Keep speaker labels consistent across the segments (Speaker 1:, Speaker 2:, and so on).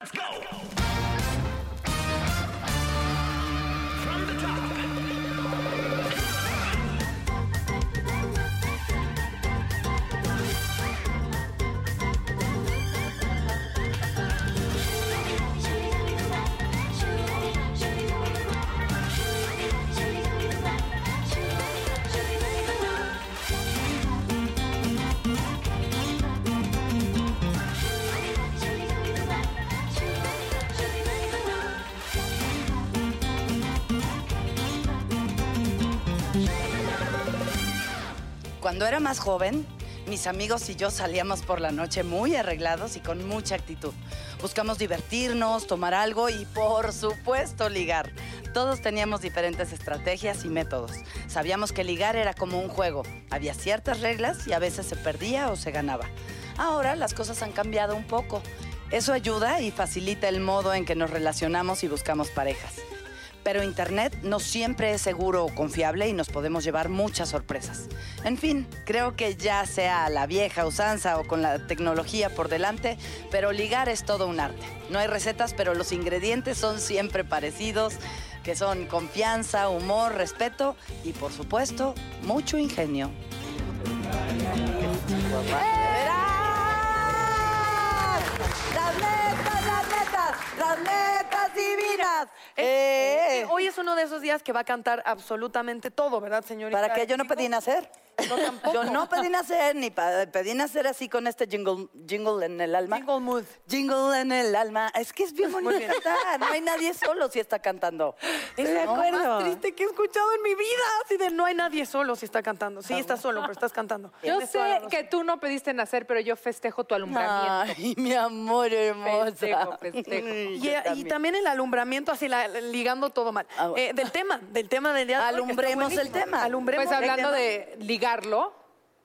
Speaker 1: Let's go! From the
Speaker 2: Cuando era más joven, mis amigos y yo salíamos por la noche muy arreglados y con mucha actitud. Buscamos divertirnos, tomar algo y por supuesto ligar. Todos teníamos diferentes estrategias y métodos. Sabíamos que ligar era como un juego. Había ciertas reglas y a veces se perdía o se ganaba. Ahora las cosas han cambiado un poco. Eso ayuda y facilita el modo en que nos relacionamos y buscamos parejas. Pero Internet no siempre es seguro o confiable y nos podemos llevar muchas sorpresas. En fin, creo que ya sea a la vieja usanza o con la tecnología por delante, pero ligar es todo un arte. No hay recetas, pero los ingredientes son siempre parecidos, que son confianza, humor, respeto y por supuesto mucho ingenio. ¡Verás! Las netas, las netas, las netas divinas. Eh,
Speaker 3: Eh, Hoy es uno de esos días que va a cantar absolutamente todo, ¿verdad, señorita?
Speaker 2: ¿Para qué yo no pedí nacer? Yo no pedí nacer, ni pa- pedí nacer así con este jingle, jingle en el alma.
Speaker 3: Jingle mood.
Speaker 2: Jingle en el alma. Es que es bien bonito cantar. No hay nadie solo si está cantando.
Speaker 3: Es
Speaker 2: Estoy
Speaker 3: lo más triste que he escuchado en mi vida. Así de no hay nadie solo si está cantando. Sí, estás solo, pero estás cantando.
Speaker 4: Yo
Speaker 3: Tienes toda la
Speaker 4: sé
Speaker 3: razón.
Speaker 4: que tú no pediste nacer, pero yo festejo tu alumbramiento.
Speaker 2: Ay, mi amor hermosa.
Speaker 4: Festejo, festejo.
Speaker 2: Ay,
Speaker 3: Y, eh,
Speaker 2: yo
Speaker 3: y también. el alumbramiento, así la- ligando todo mal.
Speaker 2: Ah, bueno.
Speaker 3: Eh, del tema, del tema del día. de hoy, que está
Speaker 2: Alumbremos el
Speaker 3: buenísimo.
Speaker 2: tema.
Speaker 3: Alumbremos
Speaker 4: Pues
Speaker 3: el
Speaker 4: hablando
Speaker 3: tema.
Speaker 4: de ligarlo,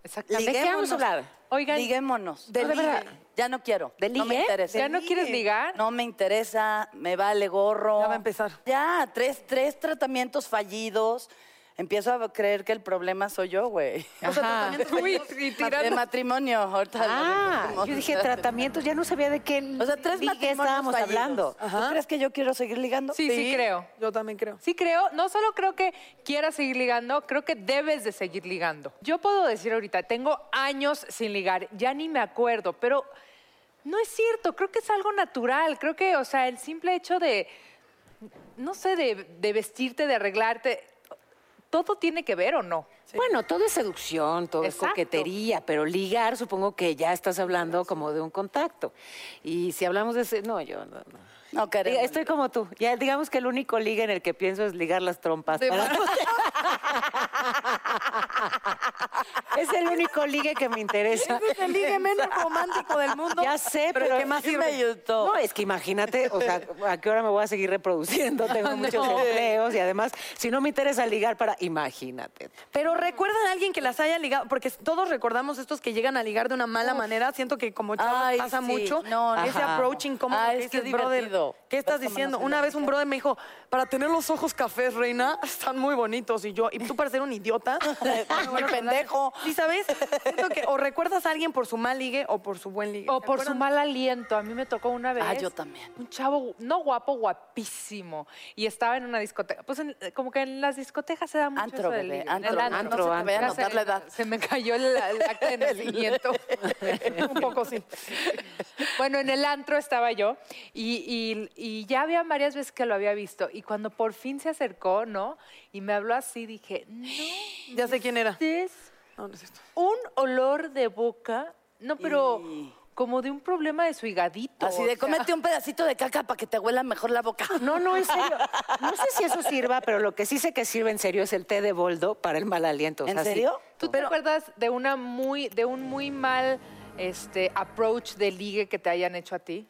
Speaker 4: exactamente. ¿De qué vamos a hablar? Oigan,
Speaker 2: Liguémonos.
Speaker 4: De
Speaker 2: No, de
Speaker 4: ligue.
Speaker 2: verdad, Ya no quiero.
Speaker 4: ¿De
Speaker 2: No me
Speaker 4: ligue?
Speaker 2: interesa.
Speaker 4: ¿Ya no quieres ligar?
Speaker 2: No me interesa, me vale gorro.
Speaker 3: Ya va a empezar.
Speaker 2: Ya, tres, tres tratamientos fallidos. Empiezo a creer que el problema soy yo, güey.
Speaker 3: O sea, tratamientos
Speaker 4: Uy,
Speaker 3: fallidos.
Speaker 4: y
Speaker 2: De
Speaker 4: tirando.
Speaker 2: matrimonio. ahorita
Speaker 5: Ah,
Speaker 2: hablamos de
Speaker 5: yo dije
Speaker 2: matrimonio.
Speaker 5: tratamientos, ya no sabía de qué
Speaker 2: O sea, tres
Speaker 5: ligue
Speaker 2: matrimonios
Speaker 5: estábamos
Speaker 2: fallidos.
Speaker 5: hablando.
Speaker 2: ¿Tú crees que yo quiero seguir ligando?
Speaker 4: Sí, sí creo.
Speaker 3: Yo también creo.
Speaker 4: Sí creo, no solo creo que quieras seguir ligando, creo que debes de seguir ligando. Yo puedo decir ahorita, tengo años sin ligar, ya ni me acuerdo, pero no es cierto, creo que es algo natural, creo que, o sea, el simple hecho de, no sé, de, de vestirte, de arreglarte, todo tiene que ver o no.
Speaker 5: Bueno, todo es seducción, todo
Speaker 4: Exacto.
Speaker 5: es coquetería, pero ligar supongo que ya estás hablando como de un contacto. Y si hablamos de ese, no, yo no. no.
Speaker 2: No
Speaker 5: Diga,
Speaker 2: queremos.
Speaker 5: Estoy como tú. Ya digamos que el único liga en el que pienso es ligar las trompas.
Speaker 4: De-
Speaker 5: para- es el único ligue que me interesa.
Speaker 3: Ese es el ligue menos romántico del mundo.
Speaker 5: Ya sé,
Speaker 3: pero
Speaker 5: pero,
Speaker 3: el que más
Speaker 5: Sí
Speaker 3: sirve.
Speaker 5: me gustó. No, es que imagínate, o sea, ¿a qué hora me voy a seguir reproduciendo? Tengo muchos empleos y además, si no me interesa ligar para, imagínate.
Speaker 3: Pero recuerdan a alguien que las haya ligado, porque todos recordamos estos que llegan a ligar de una mala manera. Siento que como chavos
Speaker 2: Ay,
Speaker 3: pasa
Speaker 2: sí.
Speaker 3: mucho.
Speaker 2: No, no.
Speaker 3: ese
Speaker 2: Ajá.
Speaker 3: approaching como
Speaker 2: Ay,
Speaker 3: que
Speaker 2: es que
Speaker 3: dices,
Speaker 2: es
Speaker 3: brother,
Speaker 2: divertido.
Speaker 3: ¿qué estás
Speaker 2: Ves cómo
Speaker 3: diciendo?
Speaker 2: nos
Speaker 3: Una vez un brother me dijo, para tener los ojos cafés, reina, están muy bonitos. Y yo, y tú para ser un idiota.
Speaker 2: Muy pendejo.
Speaker 3: Y así, ¿sabes? Siento que o recuerdas a alguien por su mal ligue o por su buen ligue.
Speaker 4: O
Speaker 3: ¿Te
Speaker 4: por su
Speaker 3: acuerdas?
Speaker 4: mal aliento. A mí me tocó una vez.
Speaker 2: Ah, yo también.
Speaker 4: Un chavo, no guapo, guapísimo. Y estaba en una discoteca. Pues en- como que en las discotecas se da mucho
Speaker 2: Antro,
Speaker 4: eso del
Speaker 2: bebé,
Speaker 4: ligue.
Speaker 2: antro,
Speaker 4: En el
Speaker 2: antro, No se te antro. vaya a
Speaker 4: Ya se-
Speaker 2: notar la edad.
Speaker 4: Se me cayó el, el acta de nacimiento. un poco sí. Bueno, en el antro estaba yo. Y, y- y ya había varias veces que lo había visto. Y cuando por fin se acercó, ¿no? Y me habló así, dije, no,
Speaker 3: Ya sé quién era.
Speaker 4: this
Speaker 3: No, no es cierto.
Speaker 4: un olor de boca, no, pero como de un problema de su higadito.
Speaker 2: Así de,
Speaker 4: o sea,
Speaker 2: comete un pedacito de caca para que te huela mejor la boca.
Speaker 5: No, no, en serio. No sé si eso sirva, pero lo que sí sé que sirve en serio es el té de boldo para el mal aliento. o
Speaker 2: ¿En
Speaker 5: sea, sí.
Speaker 2: serio?
Speaker 4: ¿Tú te acuerdas de una muy, de un muy mal este, approach de ligue que te hayan hecho a ti?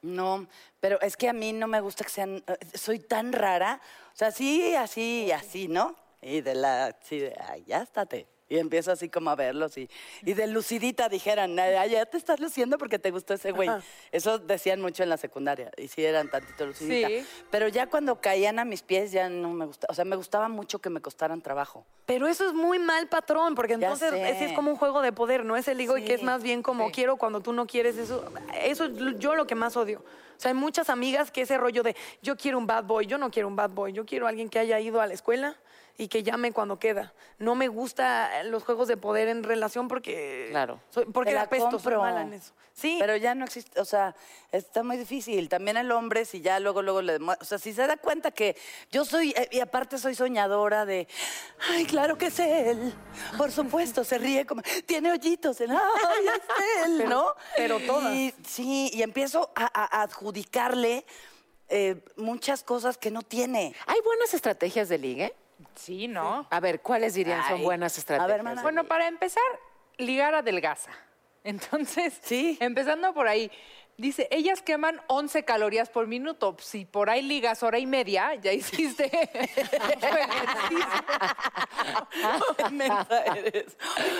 Speaker 2: No, pero es que a mí no me gusta que sean. eh, Soy tan rara. O sea, sí, así, así, ¿no? Y de la. Sí, de, ay, ya estate. Y empiezo así como a verlos y, y de lucidita dijeran, ay, ya te estás luciendo porque te gustó ese güey. Eso decían mucho en la secundaria y sí eran tantito lucidita.
Speaker 4: Sí.
Speaker 2: Pero ya cuando caían a mis pies ya no me gustaba, o sea, me gustaba mucho que me costaran trabajo.
Speaker 3: Pero eso es muy mal patrón, porque
Speaker 2: Ya
Speaker 3: entonces
Speaker 2: sé.
Speaker 3: ese es como un juego de poder, ¿no? Es el ligo y que es
Speaker 2: Sí,
Speaker 3: más bien como
Speaker 4: sí.
Speaker 3: quiero cuando tú no quieres eso. Eso es lo- yo lo que más odio. O sea, hay muchas amigas que ese rollo de yo quiero un bad boy, yo no quiero un bad boy, yo quiero alguien que haya ido a la escuela y que llame cuando queda. No me gusta eh, los juegos de poder en relación porque
Speaker 5: Claro.
Speaker 3: soy- porque
Speaker 2: Te
Speaker 3: la pesto, soy mala en eso. Sí.
Speaker 2: Pero ya no existe, o sea, está muy difícil. También el hombre, si ya luego, luego le demue- O sea, si se da cuenta que yo soy, eh, y aparte soy soñadora de, ay, claro que es él. Por supuesto, se ríe como, tiene hoyitos en, ay, es él, ¿no?
Speaker 3: Pero- pero todas.
Speaker 2: Y, sí, y empiezo a, a- a adjudicarle eh, muchas cosas que no tiene.
Speaker 5: ¿Hay buenas estrategias de ligue?
Speaker 4: Sí, ¿no?
Speaker 5: A ver, ¿cuáles dirían son
Speaker 2: Ay,
Speaker 5: buenas
Speaker 2: a ver,
Speaker 5: estrategias?
Speaker 2: mana.
Speaker 4: Bueno, para empezar, ligar adelgaza. Entonces,
Speaker 2: Sí.
Speaker 4: empezando por ahí, dice, ellas queman 11 calorías por minuto. Si por ahí ligas hora y media, ya hiciste mucho ejercicio.
Speaker 2: Mensa eres.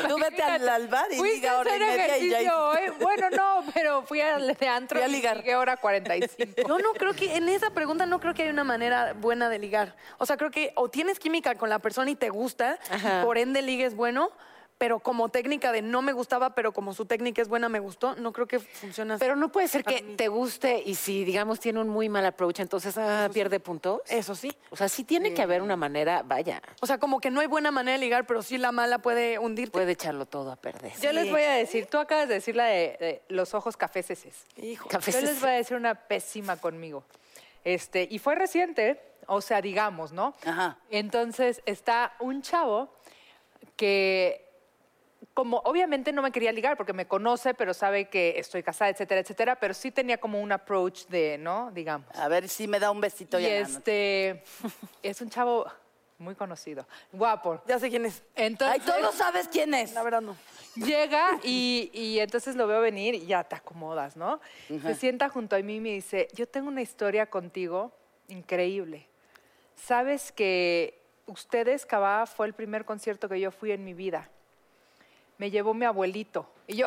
Speaker 2: Tú vete al, al bar y
Speaker 4: Fuiste
Speaker 2: diga
Speaker 4: a
Speaker 2: hora y
Speaker 4: hacer
Speaker 2: media y ya
Speaker 4: ejercicio
Speaker 2: hiciste.
Speaker 4: hoy. Bueno, no, pero fui al de antro
Speaker 2: Fui a
Speaker 4: y
Speaker 2: ligar.
Speaker 4: ligué hora 45.
Speaker 3: Yo no creo que, en esa pregunta no creo que haya una manera buena de ligar. O sea, creo que o tienes química con la persona y te gusta, y por ende ligue es bueno, pero como técnica de no me gustaba, pero como su técnica es buena, me gustó, no creo que funcione así.
Speaker 5: Pero no puede ser que te guste y si, digamos, tiene un muy mal approach, entonces ah, pierde puntos.
Speaker 3: Eso sí.
Speaker 5: O sea, sí tiene que haber una manera, vaya,
Speaker 3: O sea, como que no hay buena manera de ligar, pero sí la mala puede hundirte.
Speaker 5: puede echarlo todo a perder.
Speaker 4: Yo les voy a decir, tú acabas de decir la de, de los ojos caféceses.
Speaker 3: Hijo.
Speaker 5: Cafés.
Speaker 4: Yo les voy a decir una pésima conmigo. Este, y fue reciente, o sea, digamos, ¿no?
Speaker 2: Ajá.
Speaker 4: Entonces está un chavo que como obviamente no me quería ligar porque me conoce, pero sabe que estoy casada, etcétera, etcétera, pero sí tenía como un approach de, ¿no? Digamos.
Speaker 2: A ver si me da un besito
Speaker 4: y
Speaker 2: ya. en la noche.
Speaker 4: este es un chavo muy conocido, guapo.
Speaker 3: Ya sé quién es.
Speaker 2: Ay,
Speaker 4: Entonces
Speaker 2: todos sabes quién es.
Speaker 3: La verdad no.
Speaker 4: llega y, y entonces lo veo venir y ya te acomodas, ¿no? Se sienta junto a mí y me dice, yo tengo una historia contigo increíble. Sabes que ustedes, Cabá, fue el primer concierto que yo fui en mi vida. Me llevó mi abuelito. Y yo,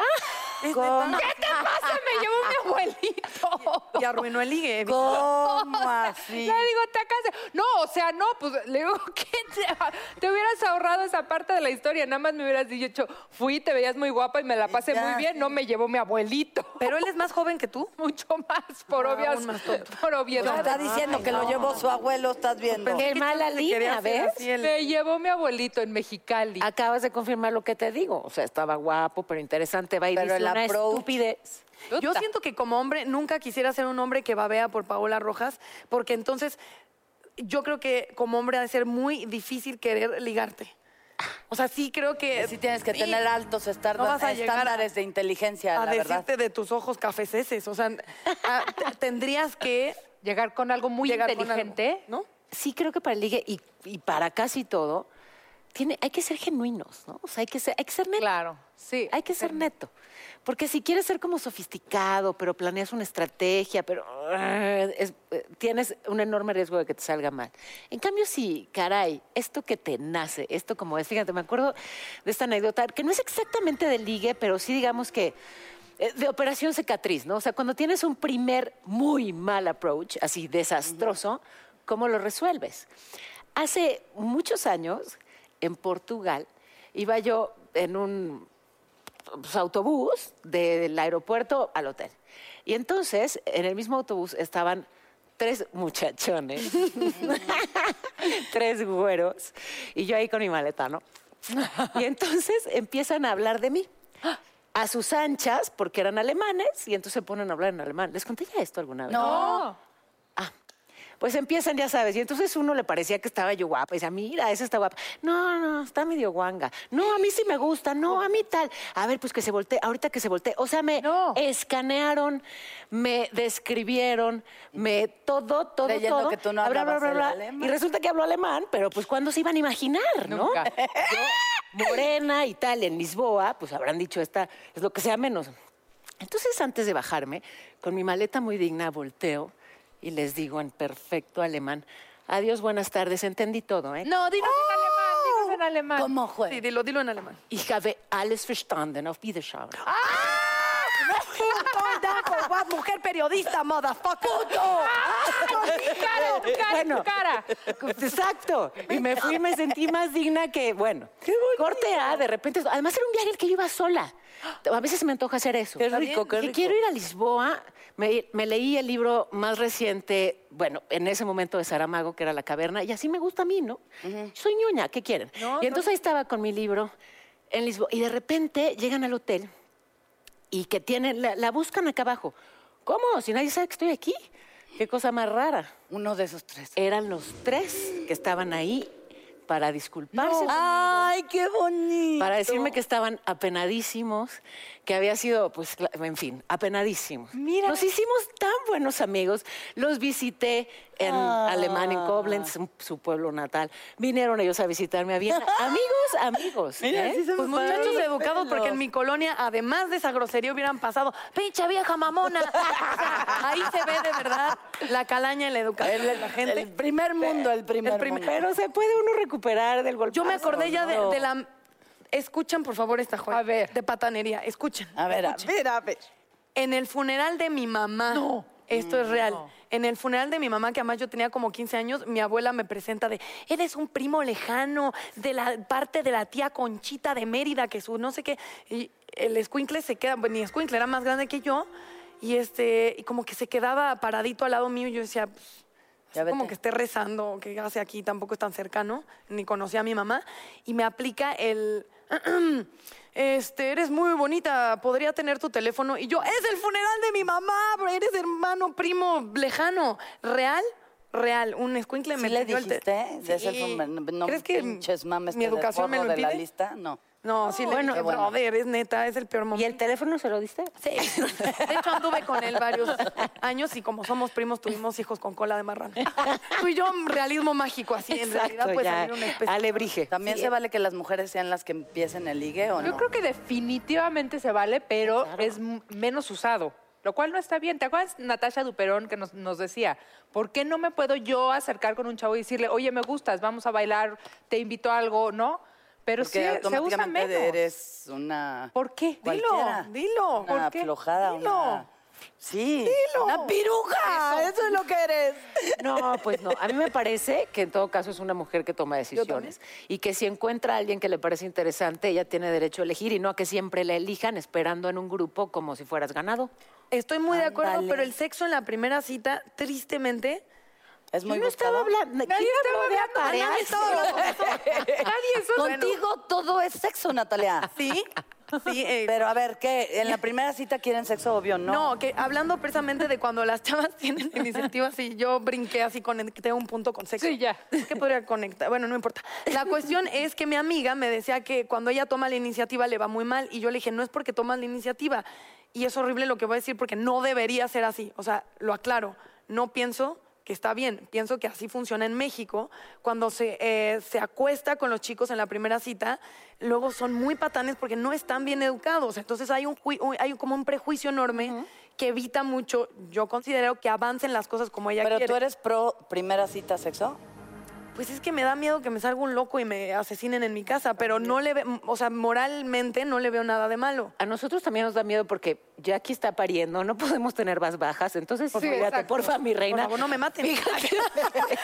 Speaker 2: ¿Cómo?
Speaker 4: ¿qué te pasa? Me llevó mi abuelito.
Speaker 3: Y arruinó el ligue.
Speaker 2: ¿Cómo
Speaker 4: Le
Speaker 2: así?
Speaker 4: digo, te acabas de-". No, o sea, no, pues le digo, ¿qué te... te hubieras ahorrado esa parte de la historia? Nada más me hubieras dicho, fui, te veías muy guapa y me la pasé
Speaker 2: Ya,
Speaker 4: muy bien, no me llevó mi abuelito.
Speaker 3: Pero él es más joven que tú.
Speaker 4: Mucho más, Pues, por
Speaker 3: Ah,
Speaker 4: obvias,
Speaker 3: aún más tonto.
Speaker 4: por
Speaker 2: Te está
Speaker 4: obviedad.
Speaker 2: diciendo que lo llevó su abuelo, estás viendo.
Speaker 3: Pues,
Speaker 5: Qué mala línea, ¿ves?
Speaker 4: Me llevó mi abuelito en Mexicali.
Speaker 5: Acabas de confirmar lo que te digo. O sea, estaba guapo, pero interesante. Va y
Speaker 2: Pero
Speaker 5: dice
Speaker 2: el
Speaker 5: una
Speaker 2: approach-
Speaker 5: estupidez.
Speaker 3: Yo siento que como hombre nunca quisiera ser un hombre que babea por Paola Rojas, porque entonces yo creo que como hombre ha de ser muy difícil querer ligarte. O sea, sí creo que...
Speaker 2: Sí tienes que
Speaker 3: eh, Sí,
Speaker 2: tener altos estar-
Speaker 3: No vas a llegar
Speaker 2: estándares
Speaker 3: a-
Speaker 2: de inteligencia,
Speaker 3: A
Speaker 2: la verdad.
Speaker 3: decirte de tus ojos cafeceses. O sea, a- t- tendrías que...
Speaker 4: Llegar con algo muy
Speaker 3: llegar con
Speaker 4: inteligente.
Speaker 3: algo, ¿no?
Speaker 5: Sí, creo que para el ligue y, y para casi todo, tiene, hay que ser genuinos, ¿no? O sea, hay que ser, hay que ser neto.
Speaker 4: Claro, sí.
Speaker 5: Hay que ser neto. Porque si quieres ser como sofisticado, pero planeas una estrategia, pero ah, es- eh, tienes un enorme riesgo de que te salga mal. En cambio, si, caray, esto que te nace, esto como es, fíjate, me acuerdo de esta anécdota, que no es exactamente de ligue, pero sí digamos que eh, de operación cicatriz, ¿no? O sea, cuando tienes un primer muy mal approach, así desastroso, ¿cómo lo resuelves? Hace muchos años, en Portugal, iba yo en un pues, autobús del aeropuerto al hotel. Y entonces, en el mismo autobús estaban tres muchachones, tres güeros, y yo ahí con mi maleta, ¿no? Y entonces empiezan a hablar de mí. A sus anchas, porque eran alemanes, y entonces se ponen a hablar en alemán. ¿Les conté ya esto alguna vez?
Speaker 4: No.
Speaker 5: Ah, pues empiezan, ya sabes. Y entonces uno le parecía que estaba yo guapa. Y decía, mira, esa está guapa. No, no, está medio guanga. No, a mí sí me gusta. No, a mí tal. A ver, pues que se voltee. Ahorita que se voltee. O sea, me
Speaker 4: No.
Speaker 5: escanearon, me describieron, me todo, todo,
Speaker 2: Creyendo
Speaker 5: todo.
Speaker 2: que tú no
Speaker 5: Bla, bla,
Speaker 2: hablabas
Speaker 5: bla,
Speaker 2: el
Speaker 5: bla.
Speaker 2: alemán.
Speaker 5: Y resulta que habló alemán, pero pues ¿cuándo se iban a imaginar,
Speaker 4: Nunca.
Speaker 5: no? Yo, morena y tal, en Lisboa, pues habrán dicho, esta es lo que sea menos. Entonces, antes de bajarme, con mi maleta muy digna, volteo y les digo en perfecto alemán, adiós, buenas tardes, entendí todo, ¿eh?
Speaker 4: No, dinos en alemán, dinos en alemán.
Speaker 2: ¿Cómo juega?
Speaker 3: ¡Oh! Sí, dilo, dilo en alemán.
Speaker 5: Ich habe alles verstanden, auf Wiederschauen.
Speaker 3: mujer periodista, motherfucker.
Speaker 4: cara, tu cara, tu cara.
Speaker 5: Exacto. Y me fui y me sentí más digna que, bueno, corte A, de repente. Además era un viaje en el que yo iba sola. A veces me antoja hacer eso.
Speaker 2: Qué
Speaker 5: Está bien.
Speaker 2: rico, qué
Speaker 5: Dije,
Speaker 2: rico.
Speaker 5: Quiero ir a Lisboa. Me, me leí el libro más reciente, bueno, en ese momento de Saramago, que era La Caverna, y así me gusta a mí, ¿no? Soy ñoña, ¿qué quieren? y entonces ahí estaba con mi libro en Lisboa. Y de repente llegan al hotel y que tienen, la, la buscan acá abajo. ¿Cómo? Si nadie sabe que estoy aquí. Qué cosa más rara
Speaker 2: Uno de esos tres.
Speaker 5: eran los tres que estaban ahí para disculparse,
Speaker 2: ¡Ay, qué bonito!
Speaker 5: para decirme que estaban apenadísimos, que había sido, pues, cla- en fin, apenadísimos.
Speaker 4: Mira.
Speaker 5: Nos hicimos tan buenos amigos, los visité en Alemania, en Koblenz, su- su pueblo natal. Vinieron ellos a visitarme a Viena. Amigos, amigos. ¿eh?
Speaker 3: Pues muchachos educados, porque en mi colonia, además de esa grosería, hubieran pasado, pinche vieja mamona. O sea, Ahí se ve de verdad la calaña en la educación de la gente.
Speaker 2: El primer mundo, el primer,
Speaker 3: El primer-
Speaker 2: mundo.
Speaker 5: Pero se puede uno recuperar del golpe.
Speaker 3: Yo me acordé ya de, de la... Escuchan, por favor, esta joya.
Speaker 4: A ver.
Speaker 3: De patanería, escuchen.
Speaker 2: A ver, a
Speaker 3: escuchen.
Speaker 2: ver, a ver.
Speaker 3: En el funeral de mi mamá. Esto es real. En el funeral de mi mamá, que además yo tenía como 15 años, mi abuela me presenta de, eres un primo lejano de la parte de la tía Conchita de Mérida, que su no sé qué. Y el escuincle se queda, bueno, ni escuincle, era más grande que yo. Y este, y como que se quedaba paradito al lado mío y yo decía, "Pues,
Speaker 2: Ya
Speaker 3: Así como
Speaker 2: vete.
Speaker 3: que esté rezando, que hace aquí, tampoco es tan cercano, ni conocí a mi mamá, y me aplica el, este, eres muy bonita, podría tener tu teléfono, y yo, es el funeral de mi mamá, bro, eres hermano, primo, lejano, real, real, un escuincle
Speaker 2: ¿Sí
Speaker 3: me
Speaker 2: le
Speaker 3: pidió el
Speaker 2: dijiste?
Speaker 3: te-
Speaker 2: De ese
Speaker 3: Sí.
Speaker 2: fumer- no,
Speaker 3: ¿Crees que
Speaker 2: pinches mames,
Speaker 3: mi
Speaker 2: te
Speaker 3: educación me lo
Speaker 2: desborro de la
Speaker 3: impide?
Speaker 2: lista? No.
Speaker 3: No, sí le
Speaker 2: Bueno,
Speaker 3: dije,
Speaker 2: qué bueno.
Speaker 3: brother, es neta, es el peor
Speaker 5: ¿Y
Speaker 3: momento.
Speaker 5: el teléfono se lo diste?
Speaker 3: Sí. De hecho, anduve con él varios años y como somos primos, tuvimos hijos con cola de marrano. Tú y yo, realismo mágico, así. En realidad, pues,
Speaker 5: ya.
Speaker 3: salir una especie.
Speaker 5: Alebrije.
Speaker 2: ¿También se vale que las mujeres sean las que empiecen el ligue o no?
Speaker 4: Yo creo que definitivamente se vale, pero es m- menos usado. Lo cual no está bien. ¿Te acuerdas, Natasha Duperón, que nos, nos decía, ¿por qué no me puedo yo acercar con un chavo y decirle, oye, me gustas, vamos a bailar, te invito a algo, ¿no? Pero
Speaker 2: Porque
Speaker 4: sí, se usa
Speaker 2: automáticamente
Speaker 4: menos.
Speaker 2: eres una...
Speaker 4: ¿Por qué?
Speaker 3: Dilo,
Speaker 2: cualquiera.
Speaker 3: dilo.
Speaker 2: Una
Speaker 3: ¿Por qué?
Speaker 2: aflojada,
Speaker 3: Dilo.
Speaker 2: una... Sí.
Speaker 3: Dilo.
Speaker 2: Una piruja. Eso. es lo que eres.
Speaker 5: No, pues no. A mí me parece que en todo caso es una mujer que toma decisiones y que si encuentra a alguien que le parece interesante, ella tiene derecho a elegir y no a que siempre la elijan esperando en un grupo como si fueras ganado.
Speaker 3: Estoy muy de acuerdo,
Speaker 2: Ándale.
Speaker 3: pero el sexo en la primera cita, tristemente,
Speaker 2: Es muy
Speaker 5: Yo no estaba
Speaker 2: buscado.
Speaker 5: hablando.
Speaker 4: Nadie
Speaker 5: ¿quién
Speaker 4: estaba
Speaker 5: habló de
Speaker 4: hablando, nadie
Speaker 5: aparearse?
Speaker 4: estaba hablando Nadie eso
Speaker 2: Contigo todo es sexo, Natalia.
Speaker 3: sí. Sí, eh,
Speaker 2: Pero a ver, ¿qué? ¿En la primera cita quieren sexo obvio? No.
Speaker 3: No, que hablando precisamente de cuando las chavas tienen iniciativas y yo brinqué así, conecté un punto con sexo.
Speaker 4: Sí, ya.
Speaker 3: ¿Qué podría conectar? Bueno, no importa. La cuestión es que mi amiga me decía que cuando ella toma la iniciativa le va muy mal y yo le dije, no es porque tomas la iniciativa. Y es horrible lo que voy a decir porque no debería ser así. O sea, lo aclaro, no pienso que está bien. Pienso que así funciona en México. Cuando se, eh, se acuesta con los chicos en la primera cita, luego son muy patanes porque no están bien educados. Entonces hay, un, jui- un- hay como un prejuicio enorme que evita mucho, yo considero, que avancen las cosas como ella
Speaker 2: Pero
Speaker 3: quiere.
Speaker 2: tú eres pro primera cita sexo.
Speaker 3: Pues es que me da miedo que me salga un loco y me asesinen en mi casa, pero no le ve- o sea, moralmente no le veo nada de malo.
Speaker 5: A nosotros también nos da miedo porque Jackie está pariendo, no podemos tener más bajas. Entonces,
Speaker 4: Sí,
Speaker 5: cuídate,
Speaker 4: exacto.
Speaker 5: porfa, mi reina.
Speaker 3: favor, no me maten.
Speaker 5: Fíjate,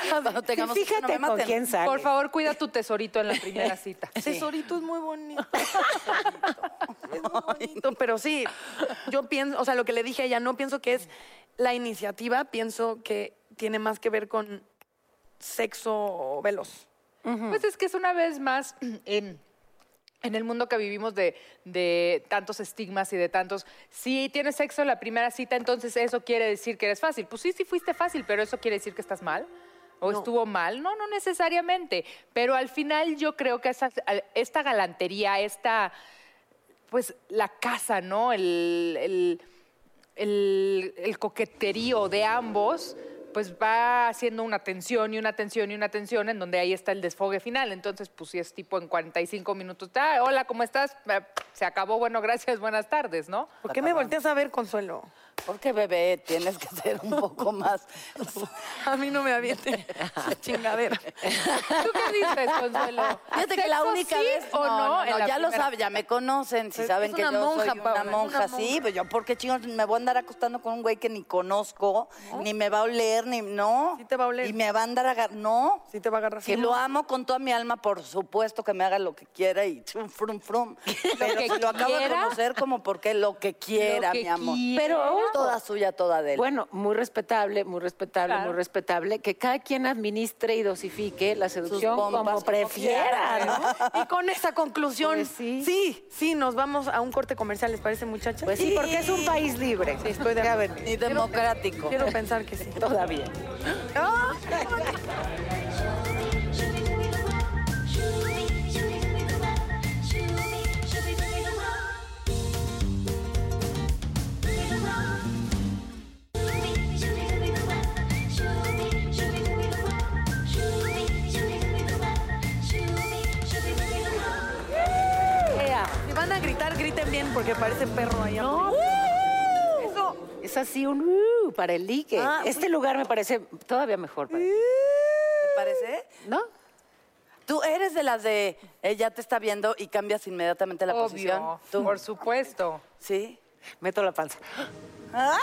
Speaker 2: Cuando tengamos hijos, no
Speaker 5: fíjate
Speaker 2: me
Speaker 5: con
Speaker 2: maten.
Speaker 5: quién sale.
Speaker 4: Por favor, cuida tu tesorito en la primera cita.
Speaker 3: Tesorito es muy bonito. Es muy bonito, pero sí, yo pienso, o sea, lo que le dije a ella, no pienso que es la iniciativa, pienso que tiene más que ver con sexo veloz.
Speaker 4: Pues es que es una vez más en, en el mundo que vivimos de, de tantos estigmas y de tantos. Si tienes sexo en la primera cita, entonces eso quiere decir que eres fácil. Pues sí, sí fuiste fácil, pero eso quiere decir que estás mal. ¿O estuvo mal? No, no necesariamente. Pero al final yo creo que esa- esta galantería, esta, pues la casa, ¿no? El, el- el- el coqueterío de ambos, pues va haciendo una tensión y una tensión y una tensión en donde ahí está el desfogue final. Entonces, pues si es tipo en 45 minutos, "Ah, hola, ¿cómo estás? Eh, Se acabó, bueno, gracias, buenas tardes, ¿no?
Speaker 3: ¿Por qué me volteas a ver, Consuelo?
Speaker 2: Porque, bebé, tienes que ser un poco más.
Speaker 3: A mí no me aviente esa chingadera.
Speaker 4: ¿Tú qué dices, Consuelo?
Speaker 2: Fíjate que la
Speaker 4: ¿Sexo
Speaker 2: única
Speaker 4: sí
Speaker 2: vez.
Speaker 4: o no, en la
Speaker 2: ya lo
Speaker 4: primera-
Speaker 2: saben, ya me conocen. Si
Speaker 3: Es-
Speaker 2: saben
Speaker 3: es
Speaker 2: que yo
Speaker 3: una monja,
Speaker 2: soy
Speaker 3: Paula,
Speaker 2: una
Speaker 3: es
Speaker 2: monja,
Speaker 3: una
Speaker 2: sí,
Speaker 3: monja.
Speaker 2: pues yo, porque chicos, me voy a andar acostando con un güey que ni conozco, ni me va a oler, ni. No.
Speaker 3: Sí te va a oler.
Speaker 2: Y me va a andar a. agar- No.
Speaker 3: Sí te va a agarrar.
Speaker 2: Si lo amo con toda mi alma, por supuesto que me haga lo que quiera y chum, frum, frum. Pero
Speaker 4: que
Speaker 2: si lo acabo de
Speaker 4: quiera.
Speaker 2: conocer, como porque lo que quiera,
Speaker 4: Lo que
Speaker 2: mi amor.
Speaker 4: quiera.
Speaker 2: Pero toda suya, toda de él.
Speaker 5: Bueno, muy respetable, muy respetable,
Speaker 4: Claro.
Speaker 5: muy respetable. Que cada quien administre y dosifique la seducción
Speaker 2: pompas,
Speaker 5: como
Speaker 2: como
Speaker 5: prefiera,
Speaker 2: quiera,
Speaker 5: ¿no?
Speaker 3: Y con esa conclusión,
Speaker 5: Pues sí.
Speaker 3: sí. sí, nos vamos a un corte comercial, ¿les parece, muchachas?
Speaker 5: Pues sí, porque es un país libre.
Speaker 3: Sí, estoy de
Speaker 5: Ya
Speaker 3: acuerdo.
Speaker 5: ven,
Speaker 2: y democrático.
Speaker 3: Quiero pensar que sí. ¡Ah!
Speaker 5: Todavía.
Speaker 3: Si van a gritar, griten bien porque parece perro ahí. No. Eso.
Speaker 5: Es así un uh, para el ligue.
Speaker 3: Ah,
Speaker 5: este lugar me parece todavía mejor. para-
Speaker 2: ¿Te parece?
Speaker 5: ¿No?
Speaker 2: Tú eres de las de ella te está viendo y cambias inmediatamente la posición.
Speaker 4: Obvio,
Speaker 2: ¿Tú?
Speaker 4: por supuesto.
Speaker 2: Sí.
Speaker 5: Meto la panza.
Speaker 2: ¡Ah!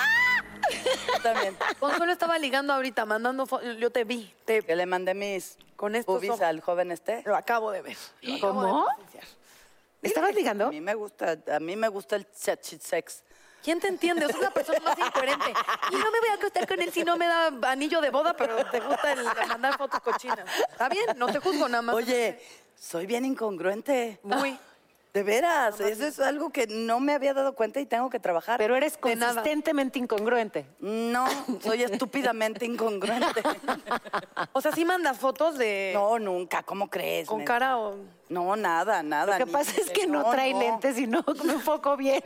Speaker 2: Tú también.
Speaker 3: Consuelo estaba ligando ahorita, mandando fo- Yo te vi. Te...
Speaker 2: Que le mandé mis
Speaker 3: Con estos
Speaker 2: boobies
Speaker 3: ojos.
Speaker 2: al joven este.
Speaker 3: Lo acabo de ver. Lo acabo
Speaker 5: ¿Cómo?
Speaker 3: de presenciar.
Speaker 5: ¿Estabas
Speaker 2: A
Speaker 5: ligando?
Speaker 2: mí me gusta, a mí me gusta el chachi sex.
Speaker 3: ¿Quién te entiende? Es una persona más incoherente. Y no me voy a acostar con él si no me da anillo de boda, pero te gusta el de mandar fotos cochinas. Está bien, no te juzgo nada más.
Speaker 2: Oye, soy bien incongruente.
Speaker 3: Muy.
Speaker 2: De veras, eso es algo que no me había dado cuenta y tengo que trabajar.
Speaker 5: Pero eres
Speaker 3: De nada.
Speaker 5: consistentemente incongruente.
Speaker 2: no, soy estúpidamente incongruente.
Speaker 3: O sea, sí mandas fotos de.
Speaker 2: No, nunca, ¿cómo crees?
Speaker 3: Con
Speaker 2: neta?
Speaker 3: cara o.
Speaker 2: No, nada, nada.
Speaker 5: Lo que
Speaker 2: ni-
Speaker 5: pasa es que no trae lentes y no me enfoco bien.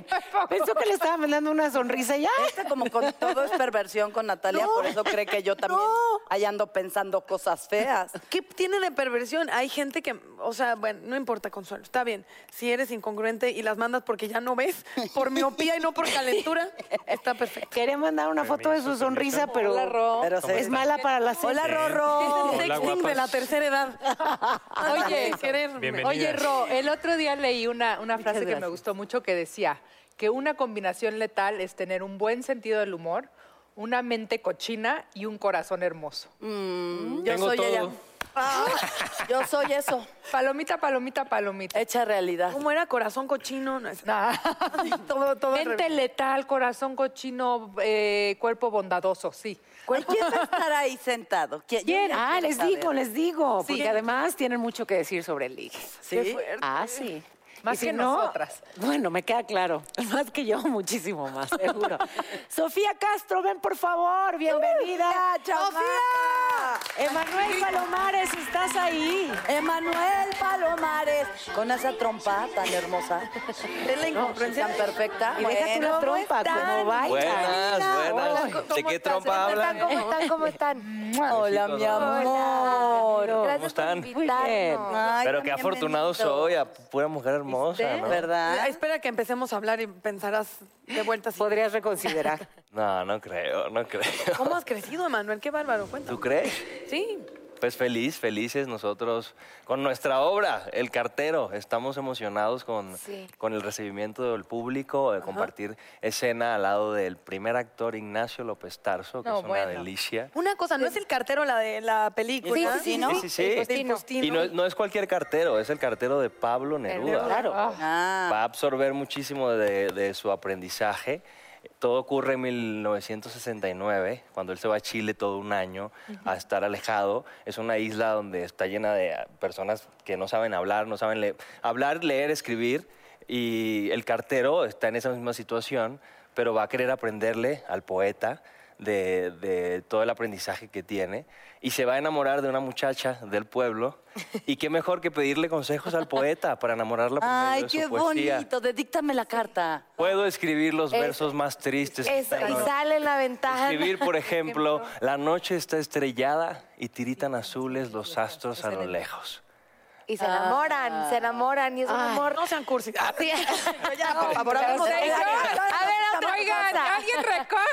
Speaker 5: Pensó que le estaba mandando una sonrisa y ya.
Speaker 2: Esta Este como con todo es perversión con Natalia, por eso cree que yo también ahí ando pensando cosas feas.
Speaker 3: ¿Qué tiene de perversión? Hay gente que, o sea, bueno, no importa, Consuelo, está bien. Si eres incongruente y las mandas porque ya no ves, por miopía y no por calentura, está perfecto.
Speaker 5: Quería mandar una foto de su sonrisa, pero,
Speaker 4: Hola, Ro.
Speaker 2: Pero se-
Speaker 5: es mala para la cena.
Speaker 2: Hola,
Speaker 3: Es
Speaker 2: Rorro.
Speaker 3: el sexting de la tercera edad.
Speaker 4: Oye,
Speaker 1: Bienvenido.
Speaker 3: quererme.
Speaker 4: Oye, Ro, el otro día leí una, una frase que me
Speaker 2: gracias.
Speaker 4: gustó mucho que decía que una combinación letal es tener un buen sentido del humor, una mente cochina y un corazón hermoso.
Speaker 2: Yo soy ella. Yo soy eso,
Speaker 4: Palomita, palomita, palomita.
Speaker 2: hecha realidad.
Speaker 3: ¿Cómo era corazón cochino? No, es-
Speaker 4: Nah.
Speaker 3: todo, todo. al
Speaker 4: Mente
Speaker 3: revés.
Speaker 4: letal, corazón cochino, eh, cuerpo bondadoso, sí.
Speaker 2: ¿Cuál- ¿Quién va a estar ahí sentado? ¿Quién? Yo
Speaker 5: ¿Quién?
Speaker 2: ya
Speaker 5: Ah,
Speaker 2: quiero
Speaker 5: les
Speaker 2: saber.
Speaker 5: digo, les digo. Porque además tienen mucho que decir sobre el ligue.
Speaker 2: ¿Sí?
Speaker 5: Ah, sí.
Speaker 4: Más
Speaker 5: Y si
Speaker 4: que
Speaker 5: no,
Speaker 4: nosotras.
Speaker 5: Bueno, me queda claro. Más que yo, muchísimo más, seguro. Sofía Castro, ven por favor, bienvenida. ¡Sofía! Emanuel Palomares, ¿estás ahí?
Speaker 2: Emanuel Palomares, con esa trompa tan hermosa. Es la incongruencia tan perfecta.
Speaker 5: Y déjate una
Speaker 2: Bueno,
Speaker 5: trompa, como baila.
Speaker 6: Buenas, buenas. ¿De qué trompa hablan?
Speaker 7: ¿Cómo están? ¿Cómo están?
Speaker 2: Hola, mi amor.
Speaker 7: Gracias
Speaker 6: están?
Speaker 7: por
Speaker 6: Muy
Speaker 7: invitarnos.
Speaker 2: Ay,
Speaker 6: Pero qué
Speaker 2: tan
Speaker 6: afortunado
Speaker 2: bienvenido.
Speaker 6: soy, a pura mujer hermosa, ¿no?
Speaker 2: ¿Verdad?
Speaker 3: Espera que empecemos a hablar y pensarás de vuelta. así.
Speaker 5: Podrías reconsiderar.
Speaker 6: No, no creo, no creo.
Speaker 3: ¿Cómo has crecido, Emanuel? Qué bárbaro, cuenta.
Speaker 6: ¿Tú crees?
Speaker 3: Sí.
Speaker 6: Pues feliz, felices nosotros con nuestra obra, El Cartero. Estamos emocionados con,
Speaker 7: Sí.
Speaker 6: con el recibimiento del público, de compartir escena al lado del primer actor Ignacio López Tarso, que
Speaker 3: No,
Speaker 6: es una
Speaker 3: bueno.
Speaker 6: delicia.
Speaker 3: Una cosa, ¿no es el cartero la de la película?
Speaker 6: Sí, sí, sí, ¿no? sí, sí, sí. El
Speaker 3: Del postino.
Speaker 6: Y no, es- no es cualquier cartero, es el cartero de Pablo Neruda.
Speaker 2: Claro. Ah.
Speaker 6: Va a absorber muchísimo de, de su aprendizaje. Todo ocurre en 1969, cuando él se va a Chile todo un año a estar alejado. Es una isla donde está llena de ah, personas que no saben hablar, no saben le- hablar, leer, escribir. Y el cartero está en esa misma situación, pero va a querer aprenderle al poeta de, de todo el aprendizaje que tiene. Y se va a enamorar de una muchacha del pueblo. Y qué mejor que pedirle consejos al poeta para enamorarla por medio
Speaker 2: Ay,
Speaker 6: de su
Speaker 2: qué
Speaker 6: poesía.
Speaker 2: bonito. Dedíctame la carta.
Speaker 6: Puedo escribir los
Speaker 7: Eso.
Speaker 6: versos más tristes. que
Speaker 7: Eso,
Speaker 6: están
Speaker 7: y
Speaker 6: en-
Speaker 7: sale la ventaja.
Speaker 6: Escribir, por ejemplo, la noche está estrellada y tiritan azules los astros a lo lejos.
Speaker 7: Y se enamoran, se enamoran. Y es un amor.
Speaker 3: No sean cursis. Ah,
Speaker 7: Sí.
Speaker 3: ya, por favor, hablemos de
Speaker 7: Oigan,
Speaker 3: eso.
Speaker 7: A ver, otra
Speaker 4: Oigan,
Speaker 7: cosa.
Speaker 4: alguien recójame.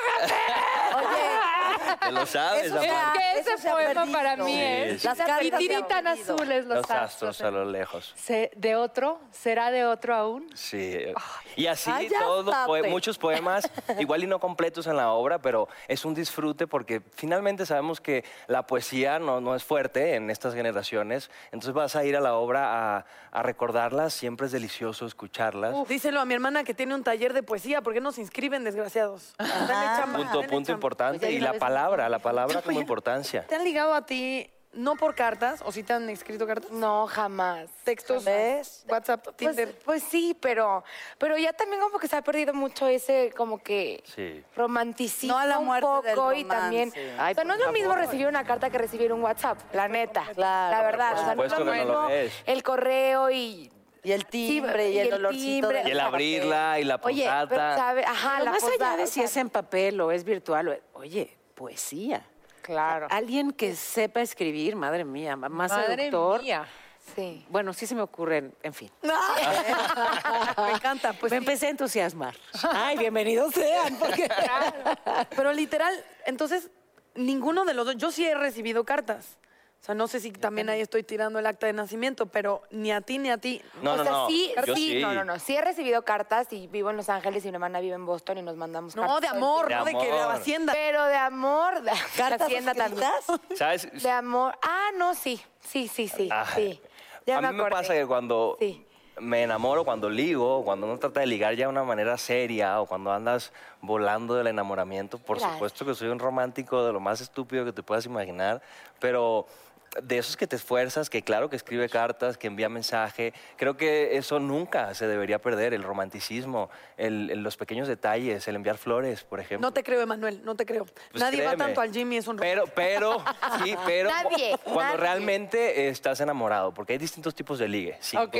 Speaker 6: Te lo sabes,
Speaker 7: Eso
Speaker 4: Es
Speaker 7: sea-
Speaker 6: amor.
Speaker 4: que ese
Speaker 7: eso se ha
Speaker 4: poema
Speaker 7: perdido.
Speaker 4: para mí
Speaker 6: Sí,
Speaker 4: es.
Speaker 6: sí.
Speaker 7: Las cartas
Speaker 4: Y
Speaker 7: se han
Speaker 4: tiritan
Speaker 7: perdido.
Speaker 4: azules los,
Speaker 6: Los astros a lo lejos.
Speaker 4: Se- ¿De otro? ¿Será de otro aún?
Speaker 6: Sí. eh, Y así
Speaker 2: Ay, ya
Speaker 6: todos los poe-
Speaker 2: sabe.
Speaker 6: muchos poemas, igual y no completos en la obra, pero es un disfrute porque finalmente sabemos que la poesía no, no es fuerte en estas generaciones. Entonces vas a ir a la obra a, a recordarlas, siempre es delicioso escucharlas.
Speaker 3: Uf, Díselo a mi hermana que tiene un taller de poesía. ¿Por qué nos inscriben, desgraciados? Denle chamba,
Speaker 6: Punto,
Speaker 3: denle
Speaker 6: punto
Speaker 3: chamba.
Speaker 6: importante.
Speaker 5: Oye,
Speaker 6: Y
Speaker 5: una
Speaker 6: la
Speaker 5: vez-
Speaker 6: palabra, la palabra como importancia.
Speaker 3: ¿Te han ligado a ti no por cartas o si te han escrito cartas?
Speaker 7: No, jamás.
Speaker 3: Textos,
Speaker 7: ¿Ves?
Speaker 3: WhatsApp,
Speaker 7: Pues,
Speaker 3: Tinder.
Speaker 7: pues sí, pero, pero ya también como que se ha perdido mucho ese como que
Speaker 6: Sí.
Speaker 7: romanticismo
Speaker 2: No a la muerte
Speaker 7: un
Speaker 2: del
Speaker 7: poco y también.
Speaker 2: romance.
Speaker 7: o sea, no es lo mismo recibir una carta que recibir un WhatsApp, la neta.
Speaker 2: Claro,
Speaker 7: la verdad.
Speaker 6: por
Speaker 7: o sea, no es lo
Speaker 6: supuesto que no lo
Speaker 7: mismo
Speaker 6: es.
Speaker 7: el correo y.
Speaker 2: Y el timbre y el dolorcito
Speaker 7: timbre,
Speaker 2: de-
Speaker 6: Y el
Speaker 7: o sea,
Speaker 6: abrirla y la
Speaker 7: Oye,
Speaker 6: posada.
Speaker 7: pero sabe, ajá,
Speaker 5: Pero
Speaker 7: la
Speaker 5: más allá
Speaker 7: posada,
Speaker 5: de
Speaker 7: o
Speaker 5: si
Speaker 7: sea,
Speaker 5: es en papel o es virtual, o- oye, poesía.
Speaker 4: Claro.
Speaker 5: Alguien que sepa escribir, madre mía, ma- más
Speaker 4: Madre
Speaker 5: seductor.
Speaker 4: mía.
Speaker 7: sí.
Speaker 5: Bueno, sí se me ocurren, en fin.
Speaker 3: Me encanta. Pues
Speaker 5: me
Speaker 3: sí.
Speaker 5: empecé a entusiasmar. Ay, bienvenidos sean, porque
Speaker 3: Pero literal, entonces, ninguno de los dos. Yo sí he recibido cartas. O sea, no sé si también ahí estoy tirando el acta de nacimiento, pero ni a ti ni a ti.
Speaker 6: No,
Speaker 7: o
Speaker 6: no,
Speaker 7: sea,
Speaker 6: no.
Speaker 7: sí,
Speaker 6: Yo
Speaker 7: sí,
Speaker 6: sí.
Speaker 7: no, no, no. Sí he recibido cartas y vivo en Los Ángeles y mi hermana vive en Boston y nos mandamos cartas.
Speaker 3: No, de
Speaker 7: todo el
Speaker 3: amor,
Speaker 6: De
Speaker 3: no de que de
Speaker 6: amor.
Speaker 7: tiempo.
Speaker 3: hacienda.
Speaker 7: Pero de amor, de de hacienda también.
Speaker 6: ¿Sabes?
Speaker 7: De amor. Ah, no, sí. Sí, sí, sí.
Speaker 6: Ah,
Speaker 7: sí. Ya
Speaker 6: a mí me
Speaker 7: acordé.
Speaker 6: pasa que cuando
Speaker 7: Sí.
Speaker 6: me enamoro, cuando ligo, cuando uno trata de ligar ya de una manera seria o cuando andas volando del enamoramiento, por
Speaker 7: Claro.
Speaker 6: supuesto que soy un romántico de lo más estúpido que te puedas imaginar, pero de esos que te esfuerzas, que claro que escribe cartas, que envía mensaje, creo que eso nunca se debería perder, el romanticismo, el- el- los pequeños detalles, el enviar flores, por ejemplo.
Speaker 3: No te creo, Emanuel, no te creo.
Speaker 6: Pues
Speaker 3: Nadie va
Speaker 6: créeme.
Speaker 3: tanto al Jimmy, es un ro-
Speaker 6: Pero, pero, sí, pero.
Speaker 7: Nadie,
Speaker 6: cu- Cuando
Speaker 7: nadie.
Speaker 6: realmente eh, estás enamorado, porque hay distintos tipos de ligue. Sí.
Speaker 4: Ok,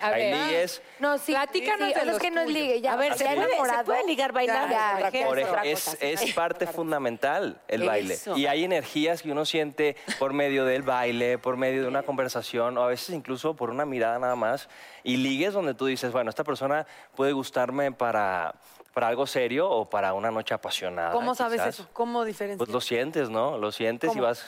Speaker 4: a
Speaker 6: Hay
Speaker 4: ver.
Speaker 6: ligues.
Speaker 7: No, sí.
Speaker 4: Platícanos
Speaker 7: sí,
Speaker 4: de
Speaker 7: a los,
Speaker 4: los
Speaker 7: que nos
Speaker 4: tuyos.
Speaker 7: ligue. Ya,
Speaker 5: A ver, ¿se
Speaker 7: ya
Speaker 5: puede- se
Speaker 7: enamorado,
Speaker 5: puede ligar bailando,
Speaker 7: ya,
Speaker 5: por
Speaker 7: ya,
Speaker 5: ejemplo?
Speaker 6: por
Speaker 7: es otra
Speaker 6: ej- es,
Speaker 7: cosa,
Speaker 6: es
Speaker 7: sí.
Speaker 6: parte fundamental el baile.
Speaker 5: Eso.
Speaker 6: Y hay energías que uno siente por medio del baile, por medio de una conversación o a veces incluso por una mirada nada más. Y ligues donde tú dices, bueno, esta persona puede gustarme para, para algo serio o para una noche apasionada.
Speaker 3: ¿Cómo sabes
Speaker 6: quizás.
Speaker 3: eso? ¿Cómo diferencias?
Speaker 6: Pues lo sientes, ¿no? Lo sientes y vas...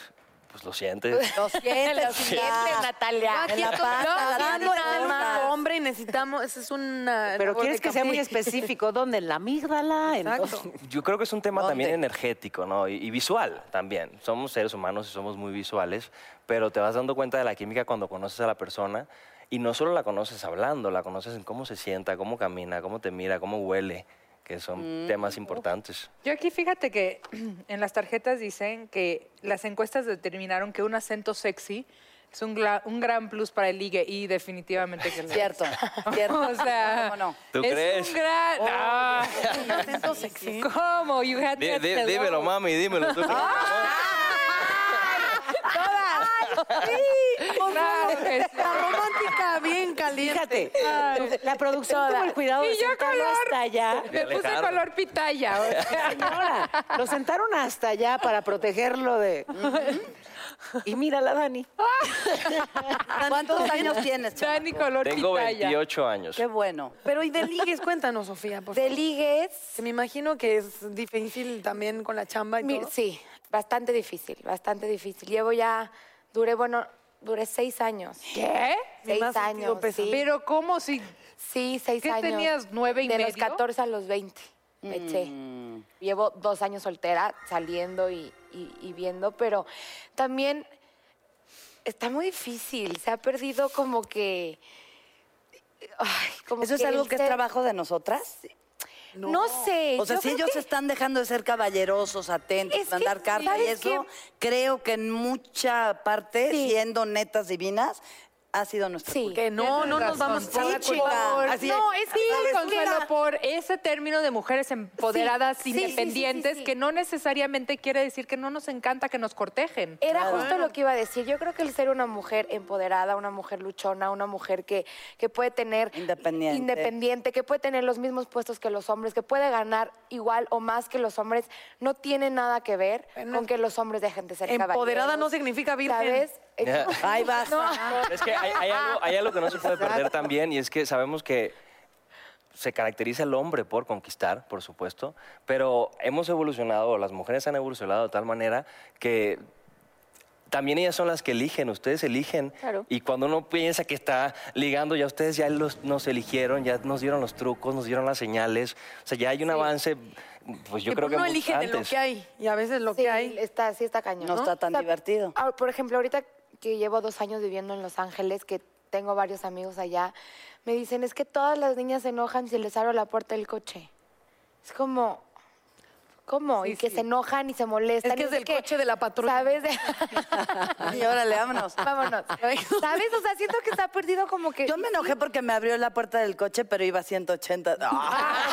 Speaker 6: Pues lo sientes.
Speaker 7: Lo sientes, lo sientes, Natalia.
Speaker 3: Aquí
Speaker 7: En la
Speaker 3: estoy-
Speaker 7: panza,
Speaker 3: Ah, no,
Speaker 7: la
Speaker 3: hablando
Speaker 7: panza,
Speaker 3: del
Speaker 7: nada
Speaker 3: único
Speaker 7: más.
Speaker 3: hombre y necesitamos, esa es una...
Speaker 5: Pero
Speaker 3: labor
Speaker 5: quieres
Speaker 3: de
Speaker 5: que sea muy
Speaker 3: campi.
Speaker 5: específico. ¿Dónde? ¿En la amígdala? ¿En
Speaker 3: Exacto.
Speaker 6: Yo creo que es un tema
Speaker 2: ¿Dónde?
Speaker 6: también energético, ¿no? Y, y visual también. Somos seres humanos y somos muy visuales, pero te vas dando cuenta de la química cuando conoces a la persona y no solo la conoces hablando, la conoces en cómo se sienta, cómo camina, cómo te mira, cómo huele, que son temas importantes.
Speaker 4: Mm. Yo aquí fíjate que en las tarjetas dicen que las encuestas determinaron que un acento sexy es un, gla- un gran plus para el ligue y definitivamente que lo es.
Speaker 2: Cierto, cierto.
Speaker 4: O sea,
Speaker 2: ¿Cómo no?
Speaker 6: ¿Tú
Speaker 4: es
Speaker 6: crees?
Speaker 4: un gran... Ah. ¿Cómo? You had
Speaker 6: Di-
Speaker 4: that
Speaker 6: di-
Speaker 4: hello.
Speaker 6: dímelo, mami, dímelo. ¿tú crees?
Speaker 4: Claro que sí.
Speaker 3: La romántica bien caliente.
Speaker 5: Fíjate, la producción tuvo el cuidado de
Speaker 4: Y yo
Speaker 5: sentarlo
Speaker 4: color.
Speaker 5: hasta allá.
Speaker 6: De
Speaker 4: Me puse
Speaker 6: Alejandro.
Speaker 4: color pitaya. o sea.
Speaker 5: Señora, lo sentaron hasta allá para protegerlo de... Y mírala, Dani.
Speaker 2: ¿Cuántos años tienes, chama?
Speaker 4: Dani color
Speaker 6: Tengo
Speaker 4: pitaya.
Speaker 6: 28 años.
Speaker 2: Qué bueno.
Speaker 3: Pero y de ligues, cuéntanos, Sofía,
Speaker 5: Pues
Speaker 3: por
Speaker 7: De
Speaker 3: favor.
Speaker 7: ligues,
Speaker 3: Me imagino que es difícil también con la chamba y
Speaker 7: mi-
Speaker 3: todo.
Speaker 7: sí, bastante difícil, bastante difícil. Llevo ya Duré, bueno, duré seis años.
Speaker 4: ¿Qué?
Speaker 7: Seis
Speaker 3: más sentido
Speaker 7: años,
Speaker 3: pésame.
Speaker 7: sí.
Speaker 4: Pero ¿cómo si?
Speaker 7: Sí, seis
Speaker 4: ¿Qué
Speaker 7: años.
Speaker 4: tenías, nueve y
Speaker 7: De los
Speaker 4: medio?
Speaker 7: 14 a los 20
Speaker 2: Mm.
Speaker 7: me eché. Llevo dos años soltera, saliendo y, y- y viendo, pero también está muy difícil. Se ha perdido como que... ay, como
Speaker 2: ¿Eso es
Speaker 7: que este
Speaker 2: algo
Speaker 7: el
Speaker 2: que es
Speaker 7: ser-
Speaker 2: trabajo de nosotras?
Speaker 7: No, sé.
Speaker 2: O sea,
Speaker 7: yo
Speaker 2: si
Speaker 7: creo
Speaker 2: ellos
Speaker 7: que-
Speaker 2: están dejando de ser caballerosos, atentos,
Speaker 7: Es que,
Speaker 2: mandar carta y
Speaker 7: ¿sabes
Speaker 2: eso, creo que en mucha parte, siendo netas divinas, ha sido nuestra
Speaker 7: Sí.
Speaker 2: culpa.
Speaker 3: Que no, no nos
Speaker 4: Tienes
Speaker 3: vamos
Speaker 4: razón.
Speaker 3: por la
Speaker 2: Sí,
Speaker 3: culpa.
Speaker 2: chica.
Speaker 4: Por-
Speaker 2: Así
Speaker 4: no,
Speaker 2: es.
Speaker 4: es sí,
Speaker 2: ¿Sabes?
Speaker 4: Consuelo,
Speaker 2: Mira.
Speaker 4: por ese término de mujeres empoderadas,
Speaker 7: Sí, sí, sí, sí,
Speaker 4: independientes,
Speaker 7: sí.
Speaker 4: que no necesariamente quiere decir que no nos encanta que nos cortejen.
Speaker 7: Era justo lo que iba a decir. Yo creo que el ser una mujer empoderada, una mujer luchona, una mujer que, que puede tener...
Speaker 2: Independiente.
Speaker 7: Independiente, que puede tener los mismos puestos que los hombres, que puede ganar igual o más que los hombres, no tiene nada que ver
Speaker 3: Bueno,
Speaker 7: con que los hombres dejen de ser
Speaker 3: Empoderada
Speaker 7: caballeros.
Speaker 3: no significa virgen.
Speaker 7: ¿Sabes?
Speaker 6: Ya.
Speaker 2: Ahí vas.
Speaker 6: Pero es que hay, hay algo, hay algo que no se puede perder también y es que sabemos que se caracteriza el hombre por conquistar, por supuesto, pero hemos evolucionado, las mujeres han evolucionado de tal manera que también ellas son las que eligen, ustedes eligen.
Speaker 7: Claro.
Speaker 6: Y cuando uno piensa que está ligando, ya ustedes ya los- nos eligieron, ya nos dieron los trucos, nos dieron las señales. O sea, ya hay un avance, pues yo
Speaker 3: Que
Speaker 6: creo
Speaker 3: pues
Speaker 6: que
Speaker 3: no
Speaker 6: mucho
Speaker 3: eligen de lo
Speaker 6: antes.
Speaker 3: que hay. Y a veces lo
Speaker 7: Sí,
Speaker 3: que hay.
Speaker 7: está, sí está cañón.
Speaker 2: No está tan divertido.
Speaker 7: ah, por ejemplo, ahorita que llevo dos años viviendo en Los Ángeles, que tengo varios amigos allá, me dicen, es que todas las niñas se enojan si les abro la puerta del coche. Es como... ¿Cómo?
Speaker 4: Sí,
Speaker 7: y que
Speaker 4: sí.
Speaker 7: se enojan y se molestan.
Speaker 3: Es que
Speaker 7: y
Speaker 3: es del coche de la patrulla.
Speaker 7: ¿Sabes?
Speaker 2: Y órale, vámonos.
Speaker 7: Vámonos. ¿Sabes? O sea, siento que está perdido como que...
Speaker 2: Yo me enojé porque me abrió la puerta del coche, pero iba a 180. ¡Ah!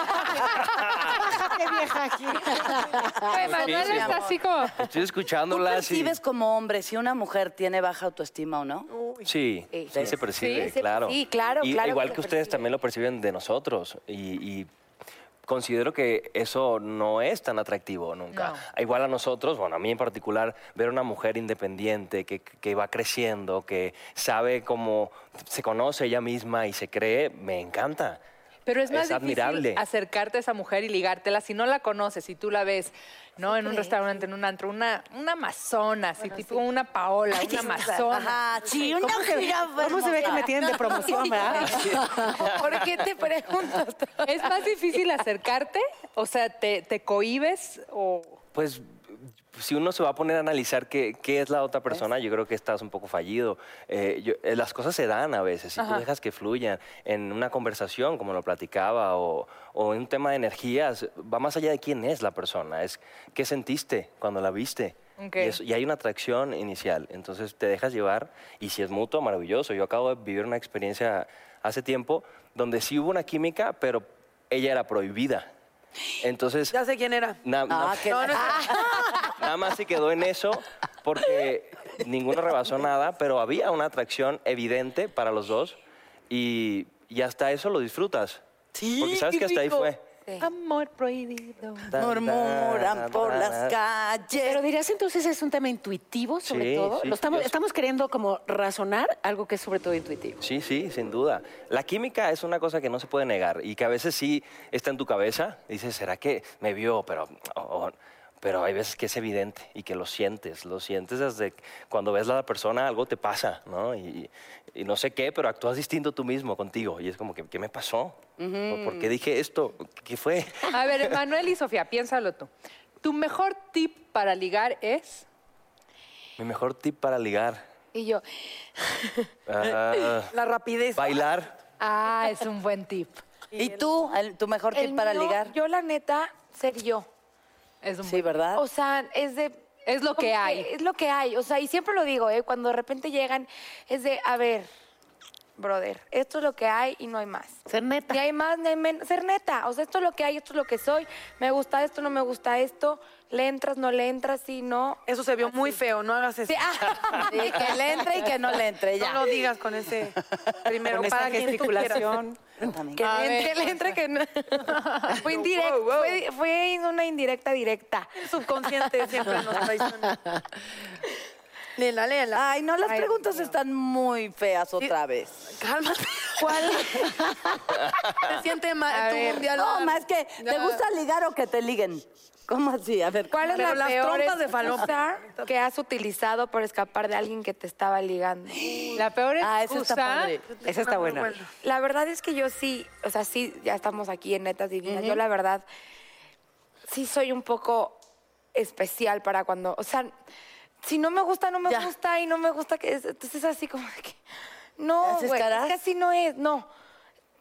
Speaker 4: Oye, Manuel
Speaker 6: mi
Speaker 4: está así como...
Speaker 6: Estoy
Speaker 2: ¿Tú
Speaker 6: escuchándola. sí.
Speaker 2: percibes como hombre si una mujer tiene baja autoestima o no?
Speaker 6: Sí, sí,
Speaker 7: Sí.
Speaker 6: se percibe,
Speaker 7: Sí, se-
Speaker 6: claro.
Speaker 7: sí, claro,
Speaker 6: Y
Speaker 7: claro
Speaker 6: Igual
Speaker 7: que
Speaker 6: que,
Speaker 7: se
Speaker 6: ustedes
Speaker 7: percibe.
Speaker 6: también lo perciben de nosotros. Y, y considero que eso no es tan atractivo nunca. Igual a nosotros, bueno, a mí en particular, ver una mujer independiente que, que va creciendo, que sabe cómo se conoce ella misma y se cree, me encanta.
Speaker 4: Pero es más
Speaker 6: Es
Speaker 4: difícil
Speaker 6: admirable.
Speaker 4: acercarte a esa mujer y ligártela si no la conoces, si tú la ves, ¿no? En un restaurante, en un antro, una, una amazona, así tipo una Paola, una amazona.
Speaker 2: Ajá, sí, una ¿Cómo se ve que me tienen de promoción, verdad?
Speaker 7: ¿Por qué te preguntas?
Speaker 4: Es más difícil acercarte, o sea, te, te cohibes o...
Speaker 6: Pues si uno se va a poner a analizar qué, qué es la otra persona, yo creo que estás un poco fallido. Eh, yo- eh, las cosas se dan a veces, si tú dejas que fluyan en una conversación, como lo platicaba, o, o en un tema de energías, va más allá de quién es la persona, es qué sentiste cuando la viste.
Speaker 4: Ok.
Speaker 6: Y, es- y hay una atracción inicial, entonces te dejas llevar y si es mutuo, maravilloso. Yo acabo de vivir una experiencia hace tiempo donde sí hubo una química, pero ella era prohibida. Entonces,
Speaker 3: Ya sé quién era.
Speaker 6: na- na-
Speaker 2: Ah, qué-
Speaker 6: Nada más se quedó en eso porque ninguno rebasó nada, pero había una atracción evidente para los dos y, y hasta eso lo disfrutas.
Speaker 2: Sí,
Speaker 6: Porque sabes que hasta ahí
Speaker 2: rico.
Speaker 6: fue.
Speaker 4: Amor prohibido.
Speaker 6: Tan,
Speaker 2: Murmuran
Speaker 6: tan,
Speaker 2: por
Speaker 6: tan,
Speaker 2: las
Speaker 6: tan.
Speaker 5: Pero
Speaker 2: calles.
Speaker 5: dirías entonces es un tema intuitivo, sobre
Speaker 6: Sí,
Speaker 5: todo.
Speaker 6: sí,
Speaker 5: Lo estamos,
Speaker 6: yo-
Speaker 5: estamos queriendo como razonar algo que es sobre todo intuitivo.
Speaker 6: Sí, sí, sin duda. La química es una cosa que no se puede negar y que a veces sí está en tu cabeza. Dices, ¿será que me vio? Pero, o- o- pero hay veces que es evidente y que lo sientes. Lo sientes desde que- cuando ves a la persona, algo te pasa, ¿no? Y, y no sé qué, pero actúas distinto tú mismo contigo. Y es como, que, ¿qué me pasó? ¿O ¿Por qué dije esto? ¿Qué fue?
Speaker 4: A ver, Manuel y Sofía, piénsalo tú. Tu mejor tip para ligar es...
Speaker 6: Mi mejor tip para ligar.
Speaker 7: Y yo,
Speaker 6: Ah,
Speaker 3: La rapidez.
Speaker 6: bailar.
Speaker 4: Ah, es un buen tip.
Speaker 2: ¿Y tú? El- ¿Tu mejor
Speaker 7: el
Speaker 2: tip para
Speaker 7: mío,
Speaker 2: ligar?
Speaker 7: Yo la neta, ser yo.
Speaker 4: Es un
Speaker 2: Sí, ¿verdad?
Speaker 7: O sea, es de...
Speaker 4: Es lo
Speaker 7: como
Speaker 4: que hay.
Speaker 7: Es lo que hay. O sea, y siempre lo digo, ¿eh? Cuando de repente llegan, es de, a ver, brother, esto es lo que hay y no hay más.
Speaker 5: Ser neta.
Speaker 7: Ni hay más, ni hay menos. Ser neta. O sea, esto es lo que hay, esto es lo que soy. Me gusta esto, no me gusta esto. Le entras, no le entras, sí, no.
Speaker 3: Eso se vio muy feo, no hagas eso.
Speaker 7: Sí, ah.
Speaker 2: Sí, que le entre y que no le entre, ya.
Speaker 3: No lo digas con ese primero
Speaker 5: Con esa
Speaker 3: para quien tú quieras.
Speaker 5: gesticulación.
Speaker 2: También.
Speaker 7: Que
Speaker 4: A
Speaker 7: le
Speaker 4: ver,
Speaker 7: entre, le entre, que no. Fue indirecta,
Speaker 3: Wow, wow.
Speaker 7: fue, fue una indirecta directa.
Speaker 3: El subconsciente siempre nos traiciona. Lela, lela.
Speaker 2: Ay, no, las
Speaker 3: Ay, Dios
Speaker 2: preguntas
Speaker 3: mío.
Speaker 2: están muy feas otra vez.
Speaker 3: Cálmate. ¿Cuál? Se siente mal tu mundial.
Speaker 2: No, más que, ¿te
Speaker 3: No.
Speaker 2: gusta ligar o que te liguen? ¿Cómo así? A ver,
Speaker 7: ¿Cuál es
Speaker 3: Pero
Speaker 7: la
Speaker 3: las
Speaker 7: peor
Speaker 3: trompas de falopa.
Speaker 7: excusa que has utilizado por escapar de alguien que te estaba ligando?
Speaker 4: La peor
Speaker 2: Ah, eso está
Speaker 4: excusa
Speaker 2: padre.
Speaker 5: Esa está buena.
Speaker 7: La verdad es que yo sí, o sea, sí, ya estamos aquí en Netas Divinas. Yo la verdad sí soy un poco especial para cuando, o sea, si no me gusta, no me
Speaker 2: Ya.
Speaker 7: gusta y no me gusta que, es- entonces es así como de que, no,
Speaker 2: ¿Haces
Speaker 7: güey, es
Speaker 2: caras?
Speaker 7: que así no es, no.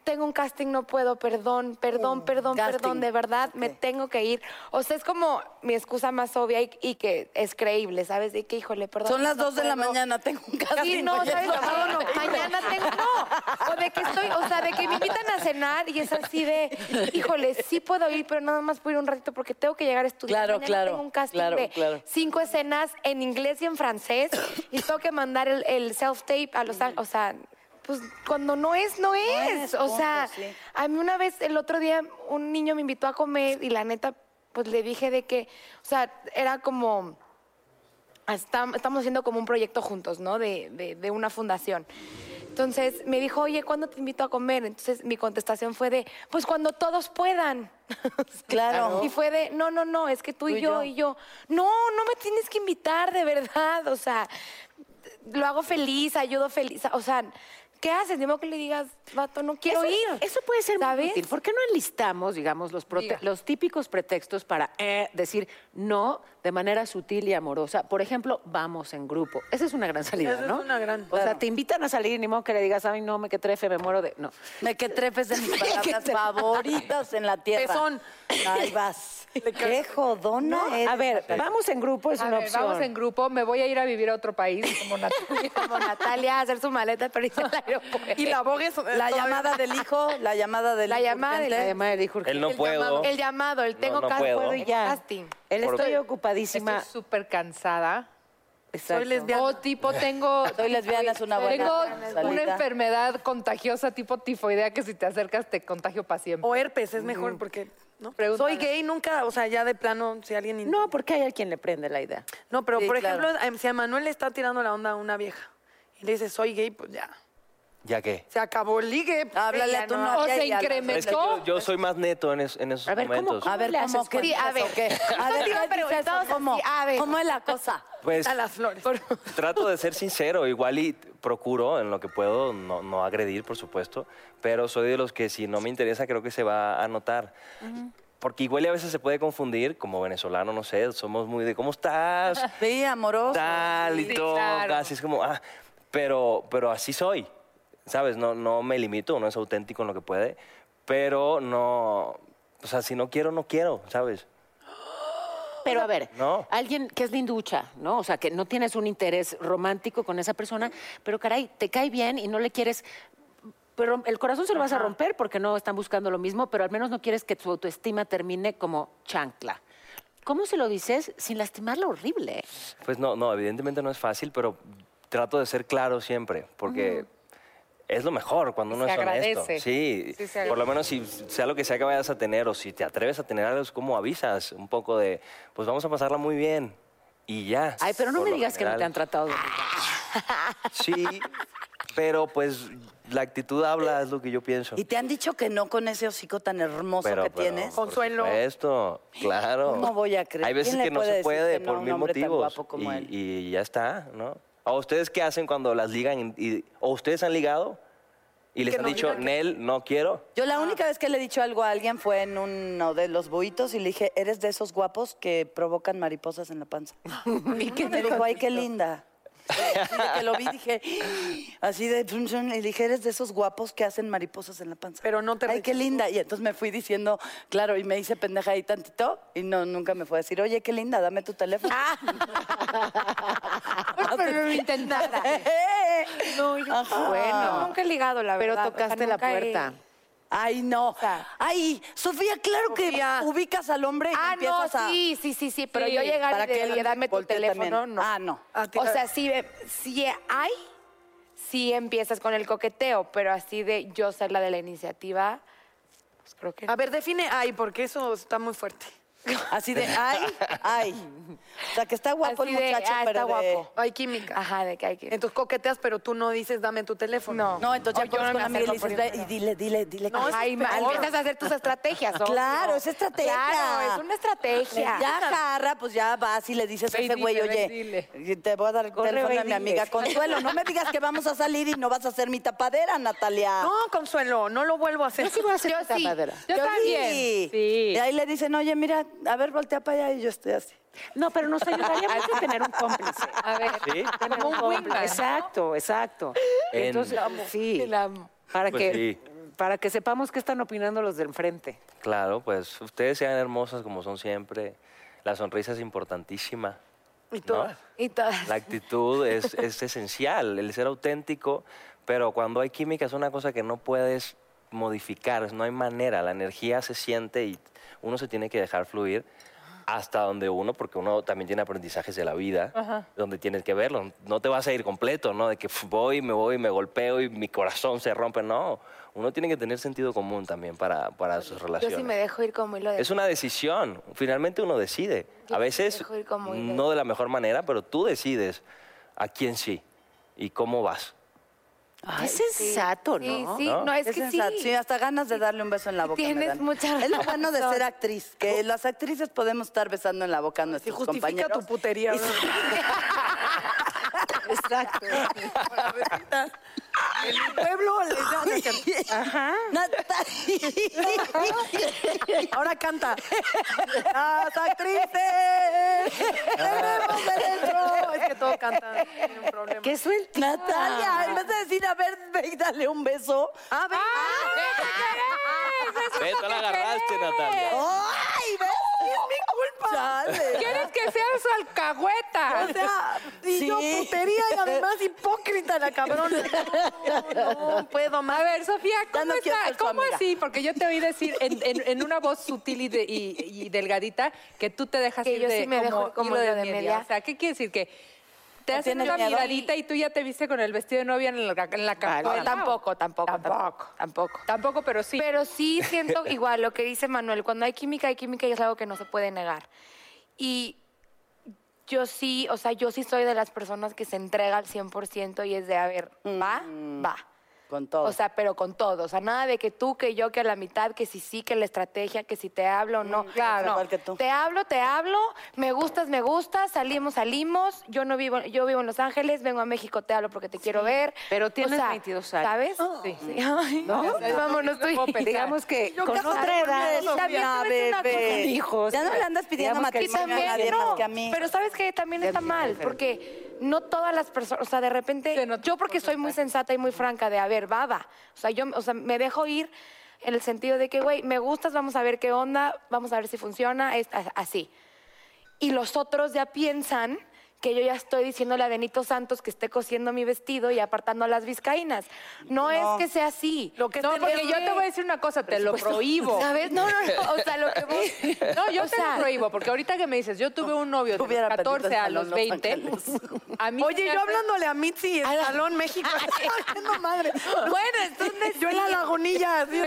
Speaker 7: Tengo un casting, no puedo, perdón, perdón, perdón,
Speaker 2: Mm, casting.
Speaker 7: perdón, de verdad me
Speaker 2: Ok.
Speaker 7: tengo que ir. O sea, es como mi excusa más obvia y, y que es creíble, ¿sabes? De que, híjole, perdón.
Speaker 2: Son las
Speaker 7: no
Speaker 2: 2 de la
Speaker 7: puedo.
Speaker 2: mañana, tengo un casting.
Speaker 7: Sí, no,
Speaker 2: güey.
Speaker 7: ¿sabes? No, no, mañana tengo, no. O de que estoy, o sea, de que me invitan a cenar y es así de, híjole, sí puedo ir, pero nada más puedo ir un ratito porque tengo que llegar a estudiar.
Speaker 2: Claro,
Speaker 7: Mañana
Speaker 2: claro,
Speaker 7: Tengo un casting
Speaker 2: claro,
Speaker 7: de
Speaker 2: claro.
Speaker 7: cinco escenas en inglés y en francés y tengo que mandar el, el self-tape a los Ángeles. O sea, pues cuando no es, no es.
Speaker 2: es,
Speaker 7: o sea,
Speaker 2: punto, sí.
Speaker 7: a mí una vez, el otro día, un niño me invitó a comer y la neta, pues le dije de que, o sea, era como... ah, Estam- estamos haciendo como un proyecto juntos, ¿no? De, de- de una fundación. Entonces me dijo, oye, ¿cuándo te invito a comer? Entonces mi contestación fue de, pues cuando todos puedan.
Speaker 2: Claro.
Speaker 7: Y fue de, no, no, no, es que tú, y yo, y yo, no, no me tienes que invitar, de verdad. O sea, lo hago feliz, ayudo feliz. O sea, ¿qué haces? Digo que le digas, vato, no quiero
Speaker 5: eso,
Speaker 7: ir.
Speaker 5: Eso puede ser muy
Speaker 7: ¿Sabes?
Speaker 5: útil. ¿Por qué no enlistamos, digamos, los, prote-
Speaker 4: Diga.
Speaker 5: los típicos pretextos para eh, decir no de manera sutil y amorosa? Por ejemplo, vamos en grupo. Esa es una gran salida,
Speaker 3: Esa es
Speaker 5: ¿no?
Speaker 3: una gran,
Speaker 5: O sea,
Speaker 3: claro.
Speaker 5: te invitan a salir, ni modo que le digas, ay, no, me que trefe, me muero de... No.
Speaker 2: Me que trepes de mis palabras favoritas en la tierra.
Speaker 3: Pezón.
Speaker 2: Ahí vas. Qué jodona eres. Eh,
Speaker 5: a ver, vamos en grupo es
Speaker 4: A
Speaker 5: una
Speaker 4: ver,
Speaker 5: opción.
Speaker 4: vamos en grupo, me voy a ir a vivir a otro país como Natalia.
Speaker 7: Como Natalia, hacer su maleta, pero irse al aeropuerto.
Speaker 3: Y la boga es...
Speaker 6: eh,
Speaker 2: La llamada del hijo, la llamada del
Speaker 7: La
Speaker 2: hijo
Speaker 7: llamada del-
Speaker 2: urgente.
Speaker 5: La llamada de Jorge.
Speaker 6: El no puedo.
Speaker 7: El llamado, el
Speaker 6: No,
Speaker 7: tengo
Speaker 6: no
Speaker 7: cas-
Speaker 6: puedo.
Speaker 7: puedo y
Speaker 5: Ya.
Speaker 7: casting.
Speaker 5: El
Speaker 6: Por-
Speaker 5: estoy ocupadísima.
Speaker 4: Estoy súper cansada.
Speaker 5: Exacto.
Speaker 4: O tipo tengo...
Speaker 2: Soy lesbiana, es una buena
Speaker 4: Tengo una
Speaker 2: salida.
Speaker 4: enfermedad contagiosa tipo tifoidea que si te acercas te contagio para siempre.
Speaker 3: O herpes, es mejor porque... ¿no?
Speaker 4: Pregúntale.
Speaker 3: Soy gay, nunca, o sea, ya de plano, si alguien...
Speaker 5: No, porque hay alguien le prende la idea.
Speaker 3: No, pero
Speaker 2: Sí,
Speaker 3: por
Speaker 2: claro.
Speaker 3: ejemplo, a- si a Manuel le está tirando la onda a una vieja y le dice, soy gay, pues ya.
Speaker 6: ¿Ya qué?
Speaker 3: Se acabó el ligue. pues
Speaker 2: Háblale a tu
Speaker 3: Ya no.
Speaker 2: novia.
Speaker 4: O se
Speaker 2: y a los-
Speaker 6: Es que
Speaker 4: incrementó.
Speaker 6: yo, yo soy más neto en, es- en esos
Speaker 5: A ver, ¿cómo,
Speaker 6: momentos.
Speaker 5: cómo?
Speaker 2: A ver,
Speaker 5: le
Speaker 2: ¿cómo
Speaker 5: haces
Speaker 2: qué?
Speaker 5: cuando-
Speaker 7: Sí, a ver.
Speaker 2: ¿O qué? A
Speaker 7: Yo
Speaker 2: ver,
Speaker 7: te iba a
Speaker 2: ¿qué dices?
Speaker 7: preguntar,
Speaker 2: ¿Cómo?
Speaker 7: sí, a ver.
Speaker 2: ¿Cómo es la cosa?
Speaker 6: Pues
Speaker 3: A las flores.
Speaker 6: trato de ser sincero, igual y procuro en lo que puedo no, no agredir, por supuesto, pero soy de los que si no me interesa creo que se va a notar. Porque igual y a veces se puede confundir, como venezolano, no sé, somos muy de ¿cómo estás?
Speaker 2: Sí,
Speaker 3: Oh,
Speaker 2: amoroso.
Speaker 6: Tal y
Speaker 4: Sí,
Speaker 6: todo,
Speaker 4: claro.
Speaker 6: así es como, ah, pero, pero así soy, ¿sabes? No, no me limito, uno es auténtico en lo que puede, pero no, o sea, si no quiero, no quiero, ¿sabes?
Speaker 5: Pero a ver,
Speaker 6: No.
Speaker 5: alguien que es linducha, ¿no? O sea, que no tienes un interés romántico con esa persona, pero caray, te cae bien y no le quieres. Pero el corazón se lo vas a romper porque no están buscando lo mismo, pero al menos no quieres que tu autoestima termine como chancla. ¿Cómo se lo dices sin lastimarla horrible?
Speaker 6: Pues no, no, evidentemente no es fácil, pero trato de ser claro siempre, porque es lo mejor cuando uno
Speaker 4: Se
Speaker 6: es
Speaker 4: agradece.
Speaker 6: honesto. Sí,
Speaker 4: Sí, se
Speaker 6: por lo menos si sea lo que sea que vayas a tener o si te atreves a tener algo, es como avisas un poco de, pues vamos a pasarla muy bien y ya.
Speaker 5: Ay, pero no
Speaker 6: por
Speaker 5: me
Speaker 6: lo
Speaker 5: digas que no te
Speaker 6: general.
Speaker 5: han tratado. de-
Speaker 6: Sí, pero pues la actitud habla, es lo que yo pienso.
Speaker 2: ¿Y te han dicho que no con ese hocico tan hermoso
Speaker 6: Pero-
Speaker 2: que
Speaker 6: pero,
Speaker 2: tienes?
Speaker 6: por
Speaker 3: Consuelo.
Speaker 6: supuesto, claro.
Speaker 2: No voy a creer.
Speaker 6: Hay veces
Speaker 2: ¿Quién le
Speaker 6: que no
Speaker 2: puede
Speaker 6: se
Speaker 2: decir
Speaker 6: puede
Speaker 2: que no
Speaker 6: por
Speaker 2: a un
Speaker 6: mil
Speaker 2: hombre tan
Speaker 6: motivos.
Speaker 2: guapo como
Speaker 6: y,
Speaker 2: él?
Speaker 6: y ya está, ¿no? ¿A ustedes qué hacen cuando las ligan? y- ¿O ustedes han ligado? Y les han dicho, Nel, no quiero.
Speaker 2: Yo
Speaker 7: Ah.
Speaker 2: la única vez que le he dicho algo a alguien fue en uno de los boitos y le dije, eres de esos guapos que provocan mariposas en la panza. y que me dijo, ay, qué linda. Así de que lo vi dije, así de, chun, chun, y le dije, eres de esos guapos que hacen mariposas en la panza.
Speaker 3: Pero no te
Speaker 2: Ay, qué
Speaker 3: rechazó.
Speaker 2: linda. Y entonces me fui diciendo, claro, y me hice pendeja ahí tantito y no, nunca me fue a decir, oye, qué linda, dame tu teléfono.
Speaker 7: Ah.
Speaker 4: Pues, pero lo intentara.
Speaker 7: No, yo
Speaker 2: Eh. Ajá.
Speaker 7: bueno. nunca he ligado, la
Speaker 5: Pero
Speaker 7: verdad. O sea,
Speaker 5: tocaste la
Speaker 7: nunca he-
Speaker 5: puerta.
Speaker 2: Ay, no.
Speaker 7: sea-
Speaker 2: Ay, Sofía, claro
Speaker 3: Sofía.
Speaker 2: que ubicas al hombre y
Speaker 7: Ah, no,
Speaker 2: empiezas a...
Speaker 7: sí, sí, sí, sí, pero
Speaker 4: Sí,
Speaker 7: yo llegar
Speaker 2: para
Speaker 7: y de,
Speaker 2: que él
Speaker 7: oye, dame tu
Speaker 2: voltee
Speaker 7: teléfono,
Speaker 2: también.
Speaker 7: no.
Speaker 2: Ah, no.
Speaker 3: Ah,
Speaker 7: O
Speaker 3: tira-
Speaker 7: sea, si, eh, si hay, sí empiezas con el coqueteo, pero así de yo ser la de la iniciativa, pues creo que...
Speaker 3: A ver, define ahí, porque eso está muy fuerte.
Speaker 2: Así de, ay, ay. O sea, que está guapo
Speaker 7: Así
Speaker 2: el
Speaker 7: de,
Speaker 2: muchacho,
Speaker 7: ah,
Speaker 2: pero
Speaker 7: está
Speaker 2: de-
Speaker 7: guapo.
Speaker 3: Hay química.
Speaker 7: Ajá, de que hay que.
Speaker 3: Entonces coqueteas, pero tú no dices, dame tu teléfono.
Speaker 2: No, entonces
Speaker 7: Ay,
Speaker 2: ya
Speaker 7: yo
Speaker 2: pones
Speaker 7: no me
Speaker 2: con la amiga y le
Speaker 7: acerco
Speaker 2: dices,
Speaker 7: por
Speaker 2: "Ve y dile, dile, dile. que-
Speaker 7: Ay, ma-
Speaker 2: algo".
Speaker 7: empiezas a hacer tus estrategias, obvio.
Speaker 2: Claro, es estrategia.
Speaker 7: Claro, es una estrategia.
Speaker 2: Ya jarra, pues ya vas y le dices
Speaker 4: Ve
Speaker 2: a
Speaker 4: y
Speaker 2: ese güey,
Speaker 4: dile, ve y
Speaker 2: oye, eh, te voy a dar el
Speaker 7: Corre,
Speaker 2: teléfono
Speaker 7: ve y
Speaker 2: de mi
Speaker 7: dile".
Speaker 2: amiga Consuelo. No me digas que vamos a salir y no vas a hacer mi tapadera, Natalia.
Speaker 3: No, Consuelo, no lo vuelvo a hacer.
Speaker 2: voy a hacer
Speaker 7: Yo sí.
Speaker 4: Yo también.
Speaker 2: Sí.
Speaker 4: Sí.
Speaker 2: Y ahí le dicen, oye, mira, a ver, voltea para allá y yo estoy así.
Speaker 5: No, pero nos ayudaría mucho tener un cómplice.
Speaker 4: A ver,
Speaker 6: Sí.
Speaker 4: tener un wingman, ¿no?
Speaker 5: Exacto, exacto.
Speaker 6: En-
Speaker 5: Entonces,
Speaker 6: La
Speaker 5: sí.
Speaker 7: La amo.
Speaker 5: Para,
Speaker 6: Pues
Speaker 5: que,
Speaker 6: sí.
Speaker 5: para que sepamos qué están opinando los del frente.
Speaker 6: Claro, pues ustedes sean hermosas como son siempre. La sonrisa es importantísima.
Speaker 3: Y
Speaker 6: ¿no?
Speaker 3: todas.
Speaker 7: Y todas.
Speaker 6: La actitud es, es esencial, el ser auténtico, pero cuando hay química es una cosa que no puedes modificar, no hay manera, la energía se siente y uno se tiene que dejar fluir hasta donde uno, porque uno también tiene aprendizajes de la vida, donde tienes que verlo, no te vas a ir completo, ¿no? De que pf, voy, me voy, me golpeo y mi corazón se rompe, no, uno tiene que tener sentido común también para, para sus
Speaker 7: Yo
Speaker 6: relaciones.
Speaker 7: sí me dejo ir como hilo de.
Speaker 6: Es una decisión. Finalmente uno decide.
Speaker 7: Yo
Speaker 6: a veces
Speaker 7: dejo ir como hilo.
Speaker 6: no de la mejor manera, pero tú decides a quién sí y cómo vas.
Speaker 2: Qué sensato,
Speaker 7: Sí,
Speaker 2: ¿no?
Speaker 7: sí,
Speaker 6: ¿No?
Speaker 7: no, es
Speaker 4: Ah,
Speaker 2: Qué
Speaker 7: que sí.
Speaker 2: sensato. sí. hasta ganas de darle un beso en la boca. me
Speaker 7: Tienes
Speaker 2: dan.
Speaker 7: mucha
Speaker 2: Es lo bueno de
Speaker 7: razón.
Speaker 2: ser actriz,
Speaker 4: Oh.
Speaker 2: que las actrices podemos estar besando en la boca a
Speaker 3: Si
Speaker 2: nuestros
Speaker 3: justifica
Speaker 2: compañeros.
Speaker 3: tu putería.
Speaker 2: Y- Exacto.
Speaker 3: En mi pueblo les dan-
Speaker 2: Natalia.
Speaker 3: Ahora canta. ¡Las actrices! ¡Tenemos derecho! Es que todo canta. Tiene un problema.
Speaker 2: ¿Qué suelta? Natalia, en vez de decir, a ver, ve y dale un beso.
Speaker 3: Ah, venga.
Speaker 6: Ve, tú la agarraste, Natalia.
Speaker 2: Ah, ¡Ay, ves! Sí, ¡Es mi culpa! Chale.
Speaker 4: ¿Quieres que seas alcahueta?
Speaker 3: O sea, y yo
Speaker 2: Sí.
Speaker 3: putería y además hipócrita la cabrona. No, no puedo más.
Speaker 4: A ver, Sofía,
Speaker 2: Ya
Speaker 4: ¿cómo,
Speaker 2: no quiero
Speaker 4: está-
Speaker 2: ser su
Speaker 4: cómo
Speaker 2: amiga.
Speaker 4: así? Porque yo te oí decir en, en- en una voz sutil y, de- y- y delgadita que tú te dejas
Speaker 7: Que
Speaker 4: ir
Speaker 7: yo
Speaker 4: de,
Speaker 7: sí me dejo ir como
Speaker 4: hilo
Speaker 7: hilo
Speaker 4: de
Speaker 7: de
Speaker 4: media.
Speaker 7: media.
Speaker 4: O sea, ¿qué quiere decir? Que te hacen
Speaker 2: tienes
Speaker 4: una
Speaker 2: miedo?
Speaker 4: miradita y tú ya te viste con el vestido de novia en la, en la
Speaker 7: No,
Speaker 4: cajuela.
Speaker 7: tampoco, tampoco,
Speaker 4: Tampoco.
Speaker 7: tampoco. Tampoco.
Speaker 4: Tampoco, pero sí.
Speaker 7: Pero sí siento igual lo que dice Manuel, cuando hay química, hay química y es algo que no se puede negar. Y yo sí, o sea, yo sí soy de las personas que se entrega al 100% y es de, a ver, va, va.
Speaker 2: Con todo.
Speaker 7: O sea, pero con todo. O sea, nada de que tú, que yo, que a la mitad, que si sí, que la estrategia, que si te hablo o no.
Speaker 2: Mm, claro.
Speaker 7: No.
Speaker 2: Igual que tú.
Speaker 7: Te hablo, te hablo, me gustas, me gustas, salimos, salimos. Yo no vivo, yo vivo en Los Ángeles, vengo a México, te hablo porque te quiero ver.
Speaker 5: Pero
Speaker 7: O
Speaker 5: tienes
Speaker 7: sea,
Speaker 5: 22 años.
Speaker 7: ¿Sabes?
Speaker 2: Oh,
Speaker 7: Sí. Ay, Vámonos tú y-
Speaker 5: Digamos que
Speaker 7: Yo
Speaker 5: con
Speaker 7: casada
Speaker 5: otra
Speaker 7: con
Speaker 5: edad,
Speaker 7: una También te voy a decir una
Speaker 2: bebé.
Speaker 7: cosa.
Speaker 5: hijos.
Speaker 2: Ya no le andas pidiendo
Speaker 5: Digamos que
Speaker 7: Y
Speaker 2: matrimonio a
Speaker 7: también
Speaker 2: nadie
Speaker 7: no,
Speaker 2: más que a mí.
Speaker 7: Pero sabes que también está mal, porque no todas las personas, o sea, de repente,
Speaker 4: Se nota
Speaker 7: yo porque soy muy sensata y muy franca de, a ver, baba, o sea, yo, o sea, me dejo ir en el sentido de que, güey, me gustas, vamos a ver qué onda, vamos a ver si funciona, es a- así. Y los otros ya piensan que yo ya estoy diciéndole a Benito Santos que esté cosiendo mi vestido y apartando a las vizcaínas. No, es que sea así.
Speaker 3: Lo que
Speaker 4: no,
Speaker 3: es
Speaker 4: porque
Speaker 3: tener-
Speaker 4: yo te voy a decir una cosa, te lo prohíbo.
Speaker 7: ¿Sabes? No, no, no. O sea, lo que vos...
Speaker 4: No, yo
Speaker 7: o
Speaker 4: te
Speaker 7: sea,
Speaker 4: lo prohíbo, porque ahorita que me dices, yo tuve un novio de los
Speaker 2: Hubiera perdido
Speaker 4: 14 a
Speaker 2: el
Speaker 4: los
Speaker 2: balón, Los
Speaker 4: 20,
Speaker 2: Ángeles.
Speaker 4: a mí se
Speaker 3: Oye,
Speaker 4: me
Speaker 3: yo
Speaker 4: hace-
Speaker 3: hablándole a Mitzi en Salón México. no madre.
Speaker 7: Bueno, entonces
Speaker 3: Yo en la
Speaker 7: sí.
Speaker 3: lagunilla. así.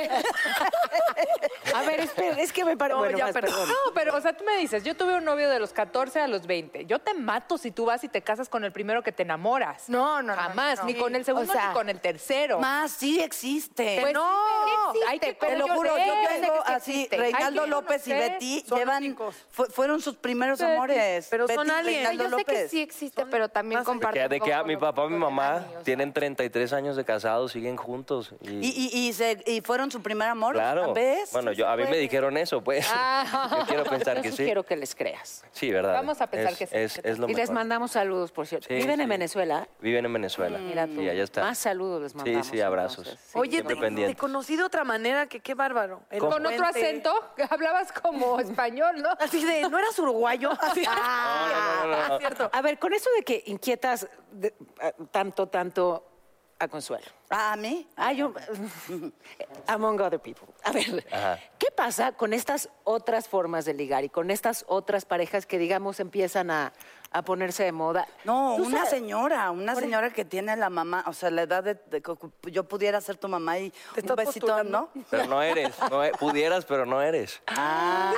Speaker 5: A ver, espera, es que me parece.
Speaker 3: No,
Speaker 5: bueno,
Speaker 3: ya,
Speaker 5: más,
Speaker 3: pero-
Speaker 5: perdón.
Speaker 4: No, pero, o sea, tú me dices, yo tuve un novio de los 14 a los 20. Yo te mato si tú vas y te casas con el primero que te enamoras.
Speaker 7: No, no, no,
Speaker 4: Jamás,
Speaker 7: no, no.
Speaker 4: ni con el
Speaker 7: O
Speaker 4: segundo,
Speaker 7: sea,
Speaker 4: ni con el tercero.
Speaker 2: Más, sí existe.
Speaker 4: Pues
Speaker 7: no,
Speaker 4: sí, sí
Speaker 7: hay que-
Speaker 4: pero
Speaker 2: Te lo
Speaker 4: yo
Speaker 2: juro,
Speaker 4: sé,
Speaker 2: yo
Speaker 4: yo sé que
Speaker 2: tengo
Speaker 4: sí
Speaker 2: así,
Speaker 4: existe.
Speaker 2: Reinaldo
Speaker 4: Hay que
Speaker 2: López y
Speaker 4: conocer,
Speaker 2: Betty
Speaker 3: son
Speaker 2: llevan,
Speaker 3: chicos.
Speaker 2: fu- fueron sus primeros
Speaker 4: Betty,
Speaker 2: amores.
Speaker 3: pero son
Speaker 2: Betty y
Speaker 3: aliens.
Speaker 2: Reinaldo
Speaker 7: yo sé que
Speaker 2: López.
Speaker 7: sí existe, pero también comparto.
Speaker 6: Que- de
Speaker 7: un
Speaker 6: que ah,
Speaker 7: poco
Speaker 6: mi
Speaker 7: lo-
Speaker 6: papá y mi
Speaker 7: lo de
Speaker 6: mamá
Speaker 7: Dani, o sea.
Speaker 6: tienen 33 años de casados, siguen juntos. Y,
Speaker 2: Y, y, y se- y fueron su primer amor.
Speaker 6: claro.
Speaker 2: ¿Ves?
Speaker 6: Bueno, yo, a mí me dijeron eso, pues. Yo quiero pensar
Speaker 5: Yo
Speaker 6: que sí.
Speaker 5: sugiero que les creas.
Speaker 6: Sí, verdad.
Speaker 4: Vamos a pensar
Speaker 6: Es-
Speaker 4: que sí,
Speaker 6: Es,
Speaker 4: que
Speaker 6: es lo
Speaker 5: y les
Speaker 6: mejor.
Speaker 5: mandamos saludos, por cierto.
Speaker 6: Sí,
Speaker 5: ¿Viven en
Speaker 6: sí.
Speaker 5: Venezuela?
Speaker 6: Viven en Venezuela.
Speaker 5: Mira tú.
Speaker 6: Y allá está.
Speaker 5: Más saludos les mandamos.
Speaker 6: Sí, sí, abrazos.
Speaker 5: entonces.
Speaker 3: Oye,
Speaker 6: Siempre
Speaker 3: te,
Speaker 6: pendientes.
Speaker 3: te conocí de otra manera, que qué bárbaro.
Speaker 6: ¿Cómo?
Speaker 4: Con otro
Speaker 3: Elocuente.
Speaker 4: acento, que hablabas como español, ¿no?
Speaker 3: Así de, ¿no eras uruguayo? Así.
Speaker 6: No, no, no, no.
Speaker 5: A ver, con eso de que inquietas de- a- tanto, tanto a Consuelo.
Speaker 2: Ah, ¿A mí?
Speaker 5: Ah, yo- among other people. A ver,
Speaker 6: Ajá.
Speaker 5: ¿qué pasa con estas otras formas de ligar y con estas otras parejas que, digamos, empiezan a, a ponerse de moda?
Speaker 2: No,
Speaker 5: Tú
Speaker 2: una
Speaker 5: sabes-
Speaker 2: señora, una señora que tiene la mamá, o sea, la edad de, de que yo pudiera ser tu mamá y
Speaker 3: ¿Te
Speaker 2: un
Speaker 3: estás
Speaker 2: besito,
Speaker 3: postulando?
Speaker 2: ¿no?
Speaker 6: Pero no eres. no e- pudieras, pero no eres.
Speaker 2: Ah.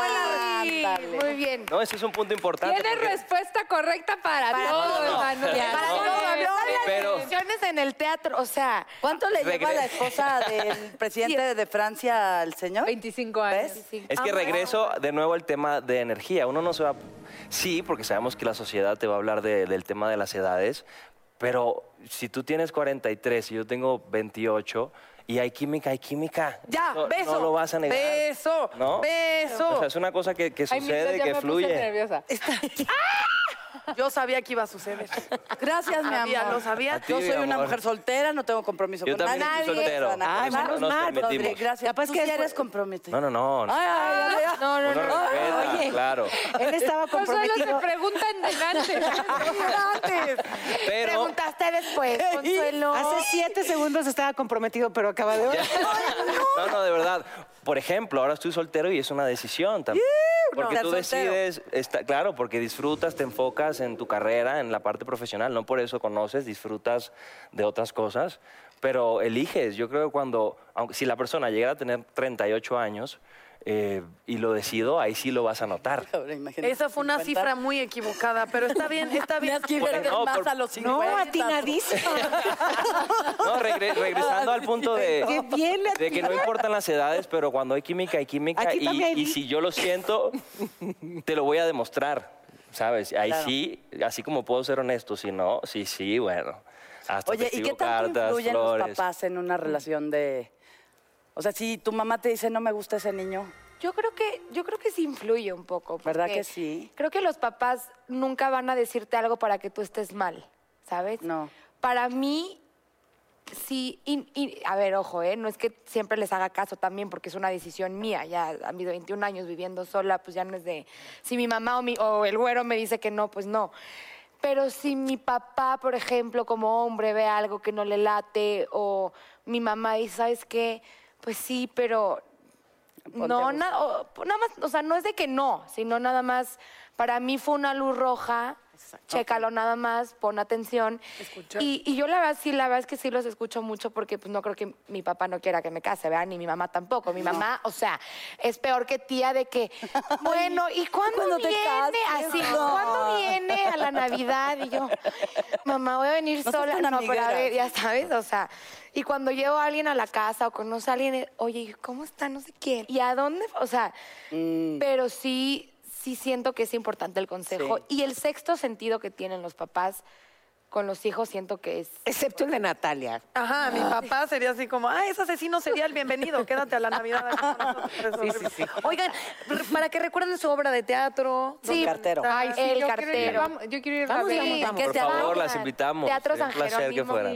Speaker 7: Órale. Muy bien.
Speaker 6: No, ese es un punto importante.
Speaker 4: Tienes
Speaker 6: porque-
Speaker 4: respuesta correcta para,
Speaker 7: Para
Speaker 4: todo,
Speaker 7: todo.
Speaker 4: hermano.
Speaker 7: Ya
Speaker 4: Para
Speaker 7: sé.
Speaker 4: todo.
Speaker 7: Pero-
Speaker 6: Pero-
Speaker 7: Decisiones en el teatro, o sea,
Speaker 8: ¿Cuánto le lleva
Speaker 6: Regre-
Speaker 8: la esposa del presidente de Francia al señor?
Speaker 4: 25 años.
Speaker 6: Es que regreso de nuevo al tema de energía. Uno no se va. Sí, porque sabemos que la sociedad te va a hablar de- del tema de las edades, pero si tú tienes 43 y yo tengo 28 y hay química, hay química.
Speaker 3: Ya,
Speaker 6: no,
Speaker 3: beso.
Speaker 6: No lo vas a negar.
Speaker 3: Beso.
Speaker 6: ¿No?
Speaker 3: Beso.
Speaker 6: O sea, es una cosa que, que
Speaker 4: Ay, mi Dios,
Speaker 6: sucede,
Speaker 4: ya
Speaker 6: que
Speaker 4: me Puse
Speaker 6: fluye.
Speaker 4: nerviosa.
Speaker 3: Yo sabía que iba a suceder.
Speaker 8: Gracias, mi
Speaker 3: Sabía,
Speaker 8: amor.
Speaker 3: lo sabía.
Speaker 6: A ti,
Speaker 8: Yo
Speaker 6: mi
Speaker 8: soy una
Speaker 6: amor.
Speaker 8: mujer soltera, no tengo compromiso
Speaker 6: Yo
Speaker 8: con
Speaker 6: también
Speaker 8: nadie.
Speaker 6: estoy soltero.
Speaker 8: Ay,
Speaker 6: Ay,
Speaker 8: menos
Speaker 6: menos mal,
Speaker 8: mal,
Speaker 6: permitimos.
Speaker 8: Gracias. Tú sí eres comprometido.
Speaker 6: No, no, no.
Speaker 8: Ay, ay, ay, ay.
Speaker 7: No, no,
Speaker 6: uno
Speaker 7: no.
Speaker 6: respeta,
Speaker 7: Oye,
Speaker 6: claro.
Speaker 5: Él
Speaker 4: No
Speaker 5: estaba
Speaker 4: solo se
Speaker 5: comprometido.
Speaker 4: preguntan delante.
Speaker 6: Pero
Speaker 7: preguntaste después, Consuelo.
Speaker 5: Hace siete segundos estaba comprometido, pero acaba de...
Speaker 6: No, no, de verdad. Por ejemplo, ahora estoy soltero y es una decisión también. Porque
Speaker 8: no,
Speaker 6: tú
Speaker 8: estar soltero.
Speaker 6: decides, está, claro, porque disfrutas, te enfocas en tu carrera, en la parte profesional, no por eso conoces, disfrutas de otras cosas, pero eliges. Yo creo que cuando, aunque, si la persona llegara a tener 38 años eh, y lo decido, ahí sí lo vas a notar.
Speaker 8: Ahora, imagínate,
Speaker 3: Esa fue una
Speaker 8: 50.
Speaker 3: cifra muy equivocada, pero está bien, está bien.
Speaker 8: Tenías que ir
Speaker 6: Bueno, no,
Speaker 8: más
Speaker 6: por-
Speaker 8: a los
Speaker 5: No,
Speaker 8: 50.
Speaker 5: atinadísimo.
Speaker 6: No, regre-
Speaker 8: Ah,
Speaker 6: regresando al punto de,
Speaker 5: Qué bien le
Speaker 6: de que no importan las edades, pero cuando hay química, hay química.
Speaker 5: Aquí
Speaker 6: Y,
Speaker 5: también hay-
Speaker 6: y si yo lo siento, te lo voy a demostrar, ¿sabes? Ahí
Speaker 8: Claro.
Speaker 6: sí, así como puedo ser honesto, si no, sí, sí, bueno. Hasta te
Speaker 8: Oye, ¿y
Speaker 6: escribo
Speaker 8: qué tanto
Speaker 6: cartas,
Speaker 8: influyen
Speaker 6: flores.
Speaker 8: los papás en una relación de...? O sea, si tu mamá te dice, no me gusta ese niño,
Speaker 7: Yo creo que, yo creo que sí influye un poco.
Speaker 8: ¿Verdad
Speaker 7: porque
Speaker 8: que sí?
Speaker 7: Creo que los papás nunca van a decirte algo para que tú estés mal, ¿sabes?
Speaker 8: No.
Speaker 7: Para mí, sí, y- y- a ver, ojo, ¿eh? no es que siempre les haga caso también, porque es una decisión mía. Ya a mis 21 años viviendo sola, pues ya no es de. Si mi mamá o, mi, o el güero me dice que no, pues no. Pero si mi papá, por ejemplo, como hombre ve algo que no le late, o mi mamá dice, ¿sabes qué? Pues sí, pero
Speaker 8: a
Speaker 7: no, na- o- po- nada más, o sea, no es de que no, sino nada más, para mí fue una luz roja, chécalo nada más, pon atención. Y, y yo la verdad, sí, la verdad es que sí los escucho mucho porque pues no creo que mi papá no quiera que me case, ¿verdad? Ni mi mamá tampoco. Mi mamá, o sea, es peor que tía de que, bueno, ¿y cuándo,
Speaker 8: ¿Cuándo te
Speaker 7: viene?
Speaker 8: casas?
Speaker 7: Así,
Speaker 8: No.
Speaker 7: ¿cuándo viene a la Navidad? Y yo, mamá, voy a venir
Speaker 8: No seas
Speaker 7: sola.
Speaker 8: tan
Speaker 7: No, pero a
Speaker 8: amiguera.
Speaker 7: ver, ya sabes, o sea, y cuando llevo a alguien a la casa o conozco a alguien, eh, oye, ¿y ¿cómo está? No sé quién. ¿Y a dónde? O sea, pero sí, sí siento que es importante el consejo.
Speaker 8: Sí.
Speaker 7: Y el sexto sentido que tienen los papás con los hijos siento que es...
Speaker 5: Excepto el de Natalia.
Speaker 3: Ajá, mi papá sería así como, ah, es asesino serial, bienvenido, quédate a la Navidad. aquí con nosotros". Oigan, r- para que recuerden su obra de teatro.
Speaker 7: Sí,
Speaker 8: cartero.
Speaker 7: Ay,
Speaker 4: Sí,
Speaker 7: el
Speaker 4: yo quiero ir,
Speaker 7: cartero.
Speaker 4: vamos- yo quiero ir a
Speaker 5: Vamos,
Speaker 7: Sí,
Speaker 4: ver.
Speaker 5: vamos, vamos.
Speaker 7: que
Speaker 6: Por
Speaker 7: se
Speaker 6: favor,
Speaker 7: vayan.
Speaker 6: las invitamos.
Speaker 7: Teatro
Speaker 6: Sería
Speaker 7: San
Speaker 6: un placer que
Speaker 7: Jerónimo.
Speaker 6: fueran.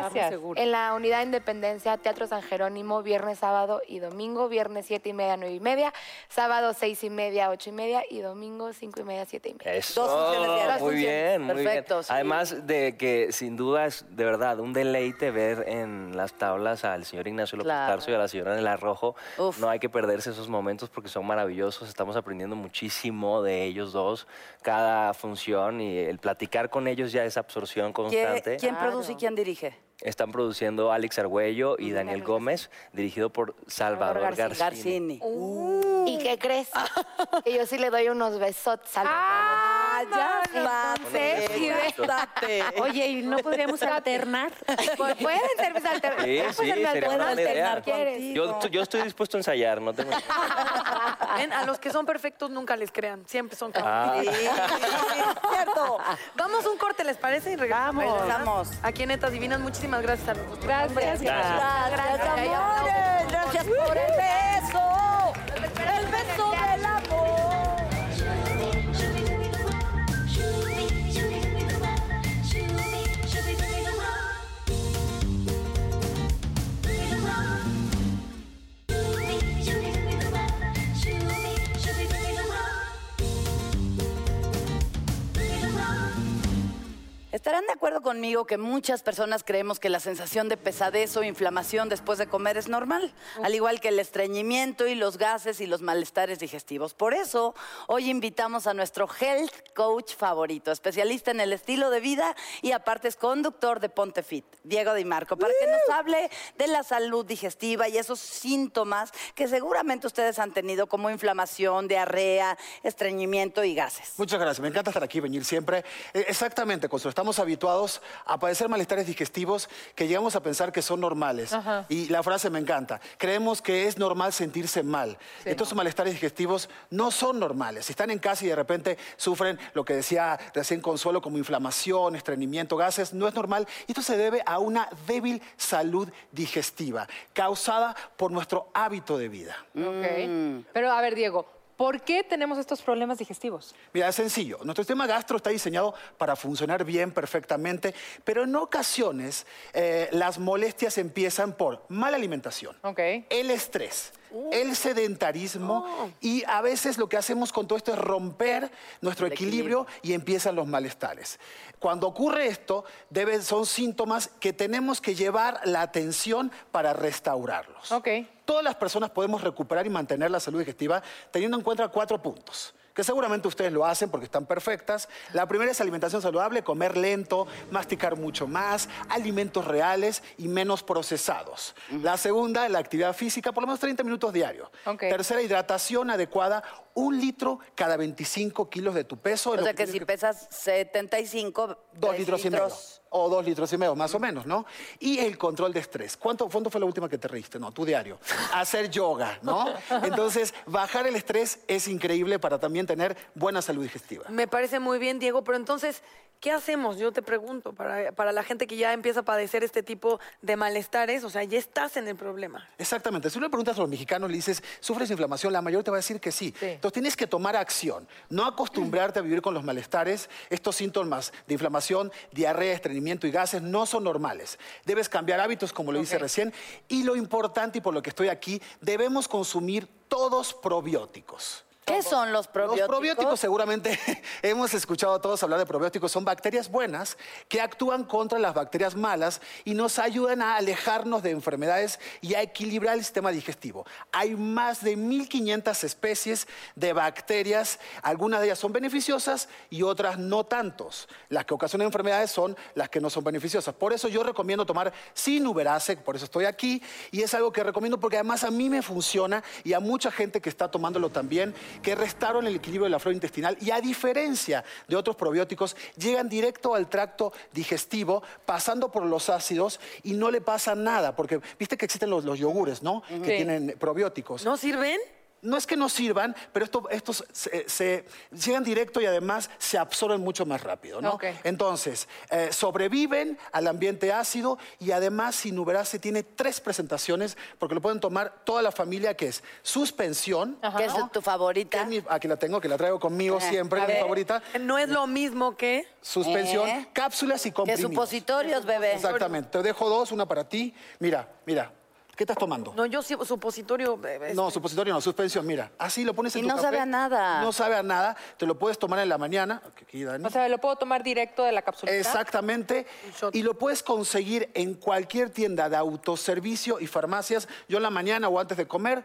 Speaker 4: Gracias.
Speaker 7: En la unidad Independencia, Teatro San Jerónimo, viernes, sábado y domingo, viernes siete y media, nueve y media, sábado seis y media, ocho y media y domingo cinco y media, siete y media.
Speaker 6: Eso,
Speaker 8: Dos funciones diarias.
Speaker 6: muy bien, muy
Speaker 8: Perfecto,
Speaker 6: bien.
Speaker 8: sí.
Speaker 6: Además de que sin duda es de verdad un deleite ver en las tablas al señor Ignacio López
Speaker 8: Claro.
Speaker 6: Tarso y a la señora del Arrojo.
Speaker 8: Uf.
Speaker 6: No hay que perderse esos momentos porque son maravillosos. Estamos aprendiendo muchísimo de ellos dos, cada función y el platicar con ellos ya es absorción
Speaker 8: ¿quién,
Speaker 6: constante.
Speaker 8: quién produce y quién dirige?
Speaker 6: Están produciendo Alex Argüello
Speaker 8: Mm,
Speaker 6: y Daniel Gómez, dirigido por Salvador
Speaker 7: Salvador
Speaker 6: García.
Speaker 8: Garcini.
Speaker 7: ¿Y qué crees? que yo sí le doy unos besotes al
Speaker 8: Ah, ya
Speaker 7: Entonces, sí, ve.
Speaker 5: Oye, ¿y no podríamos alternar?
Speaker 7: Pu- Pues, Pueden ser mis alternativas. Pues,
Speaker 6: Sí,
Speaker 7: Pueden
Speaker 6: sí,
Speaker 7: ser mis
Speaker 6: sería una buena
Speaker 7: alternativas,
Speaker 6: idea.
Speaker 7: ¿quieres?
Speaker 6: Yo, yo estoy dispuesto a ensayar, no tengo...
Speaker 3: Ven, a los que son perfectos nunca les crean, siempre son
Speaker 6: Ah.
Speaker 3: Sí, cierto. Vamos un corte, ¿les parece? Y regresamos.
Speaker 8: Regresamos.
Speaker 3: Aquí en Netas Divinas, muchísimas gracias a los dos. Gracias.
Speaker 8: Gracias,
Speaker 7: Gracias,
Speaker 8: amores. Gracias por el beso. El beso del amor.
Speaker 2: Estarán de acuerdo conmigo que muchas personas creemos que la sensación de pesadez o inflamación después de comer es normal, al igual que el estreñimiento y los gases y los malestares digestivos. Por eso, hoy invitamos a nuestro health coach favorito, especialista en el estilo de vida y aparte es conductor de Ponte Fit, Diego Di Marco, para que nos hable de la salud digestiva y esos síntomas que seguramente ustedes han tenido como inflamación, diarrea, estreñimiento y gases.
Speaker 9: Muchas gracias, me encanta estar aquí, venir siempre. Eh, Exactamente, Consuelo, estamos habituados a padecer malestares digestivos que llegamos a pensar que son normales.
Speaker 10: Ajá.
Speaker 9: Y la frase me encanta, creemos que es normal sentirse mal.
Speaker 10: Sí.
Speaker 9: Estos malestares digestivos no son normales. Si están en casa y de repente sufren lo que decía recién Consuelo como inflamación, estreñimiento, gases, no es normal. Y esto se debe a una débil salud digestiva causada por nuestro hábito de vida.
Speaker 4: Eh, Ok. Pero a ver, Diego, ¿por qué tenemos estos problemas digestivos?
Speaker 9: Mira, es sencillo. Nuestro sistema gastro está diseñado para funcionar bien, perfectamente, pero en ocasiones eh, las molestias empiezan por mala alimentación, el estrés, el sedentarismo y a veces lo que hacemos con todo esto es romper nuestro
Speaker 11: El
Speaker 9: equilibrio y empiezan los malestares. Cuando ocurre esto, deben- son síntomas que tenemos que llevar la atención para restaurarlos. Todas las personas podemos recuperar y mantener la salud digestiva teniendo en cuenta cuatro puntos que seguramente ustedes lo hacen porque están perfectas. La primera es alimentación saludable, comer lento, masticar mucho más, alimentos reales y menos procesados. La segunda es la actividad física, por lo menos 30 minutos diarios. Tercera, hidratación adecuada, un litro cada 25 kilos de tu peso.
Speaker 2: O
Speaker 9: Lo
Speaker 2: sea
Speaker 9: que
Speaker 2: que
Speaker 9: tienes
Speaker 2: si pesas 75,
Speaker 9: Dos
Speaker 2: tres
Speaker 9: litros, y medio. O dos litros y medio, más o menos, ¿no? Y el control de estrés. ¿Cuánto, ¿Cuánto fue la última que te reíste? No, tu diario. Hacer yoga, ¿no? Entonces, bajar el estrés es increíble para también tener buena salud digestiva.
Speaker 3: Me parece muy bien, Diego, pero entonces, ¿qué hacemos? Yo te pregunto, para, para la gente que ya empieza a padecer este tipo de malestares, o sea, ya estás en el problema.
Speaker 9: Exactamente. Si tú le preguntas a los mexicanos, le dices, ¿sufres inflamación? La mayoría te va a decir que sí. Entonces tienes que tomar acción. No acostumbrarte a vivir con los malestares. Estos síntomas de inflamación, diarrea, estreñimiento y gases no son normales. Debes cambiar hábitos, como lo hice recién. Y lo importante, y por lo que estoy aquí, debemos consumir todos probióticos.
Speaker 2: ¿Qué son los probióticos?
Speaker 9: Los probióticos seguramente hemos escuchado todos hablar de probióticos. Son bacterias buenas que actúan contra las bacterias malas y nos ayudan a alejarnos de enfermedades y a equilibrar el sistema digestivo. Hay más de 1.500 especies de bacterias. Algunas de ellas son beneficiosas y otras no tantos. Las que ocasionan enfermedades son las que no son beneficiosas. Por eso yo recomiendo tomar sinuberase, por eso estoy aquí, y es algo que recomiendo porque además a mí me funciona y a mucha gente que está tomándolo también, que restaron el equilibrio de la flora intestinal y a diferencia de otros probióticos, llegan directo al tracto digestivo, pasando por los ácidos y no le pasa nada, porque viste que existen los, los yogures, ¿no? Que
Speaker 3: Sí.
Speaker 9: tienen probióticos.
Speaker 3: ¿No sirven?
Speaker 9: No es que no sirvan, pero esto- estos se, se- llegan directo y además se absorben mucho más rápido, ¿no?
Speaker 10: Ok.
Speaker 9: Entonces, eh, sobreviven al ambiente ácido y además Sinuberase tiene tres presentaciones porque lo pueden tomar toda la familia, que es suspensión.
Speaker 2: Que es tu favorita.
Speaker 9: aquí la tengo, ah, que la traigo conmigo
Speaker 2: Eh,
Speaker 9: siempre,
Speaker 2: a
Speaker 9: es mi
Speaker 2: ver.
Speaker 9: favorita.
Speaker 3: No es lo mismo que...
Speaker 9: Suspensión,
Speaker 2: Eh.
Speaker 9: cápsulas y comprimidos.
Speaker 2: supositorios, bebé.
Speaker 9: Exactamente. Te dejo dos, una para ti. Mira, mira. ¿Qué estás tomando?
Speaker 3: No, yo sí- supositorio... eh,
Speaker 9: No, supositorio no, suspensión, mira. Así lo pones en
Speaker 3: Y
Speaker 9: tu
Speaker 3: no sabe
Speaker 9: café,
Speaker 3: a nada.
Speaker 9: No sabe a nada. Te lo puedes tomar en la mañana. Aquí, Dani.
Speaker 4: O sea, ¿lo puedo tomar directo de la cápsula?
Speaker 9: Exactamente. Y lo puedes conseguir en cualquier tienda de autoservicio y farmacias. Yo en la mañana o antes de comer.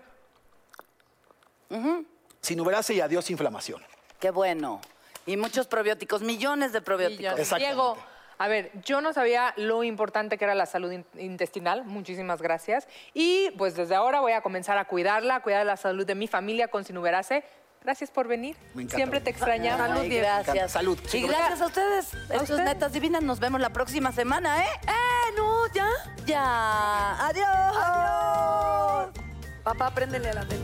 Speaker 9: Sin uberase y adiós inflamación.
Speaker 2: Qué bueno. Y muchos probióticos, millones de probióticos.
Speaker 4: Diego, a ver, yo no sabía lo importante que era la salud in- intestinal, muchísimas gracias. Y pues desde ahora voy a comenzar a cuidarla, a cuidar la salud de mi familia con Sinuberase. Gracias por venir.
Speaker 2: Me encanta
Speaker 4: Siempre
Speaker 2: venir.
Speaker 4: te extrañamos.
Speaker 2: Ay, gracias.
Speaker 9: Salud.
Speaker 2: Y gracias a ustedes, estos netas divinas. Nos vemos la próxima semana, ¿eh? ¡Eh, no! ¿Ya? ¡Ya! ¡Adiós! ¡Adiós!
Speaker 3: Papá, préndele a la tele.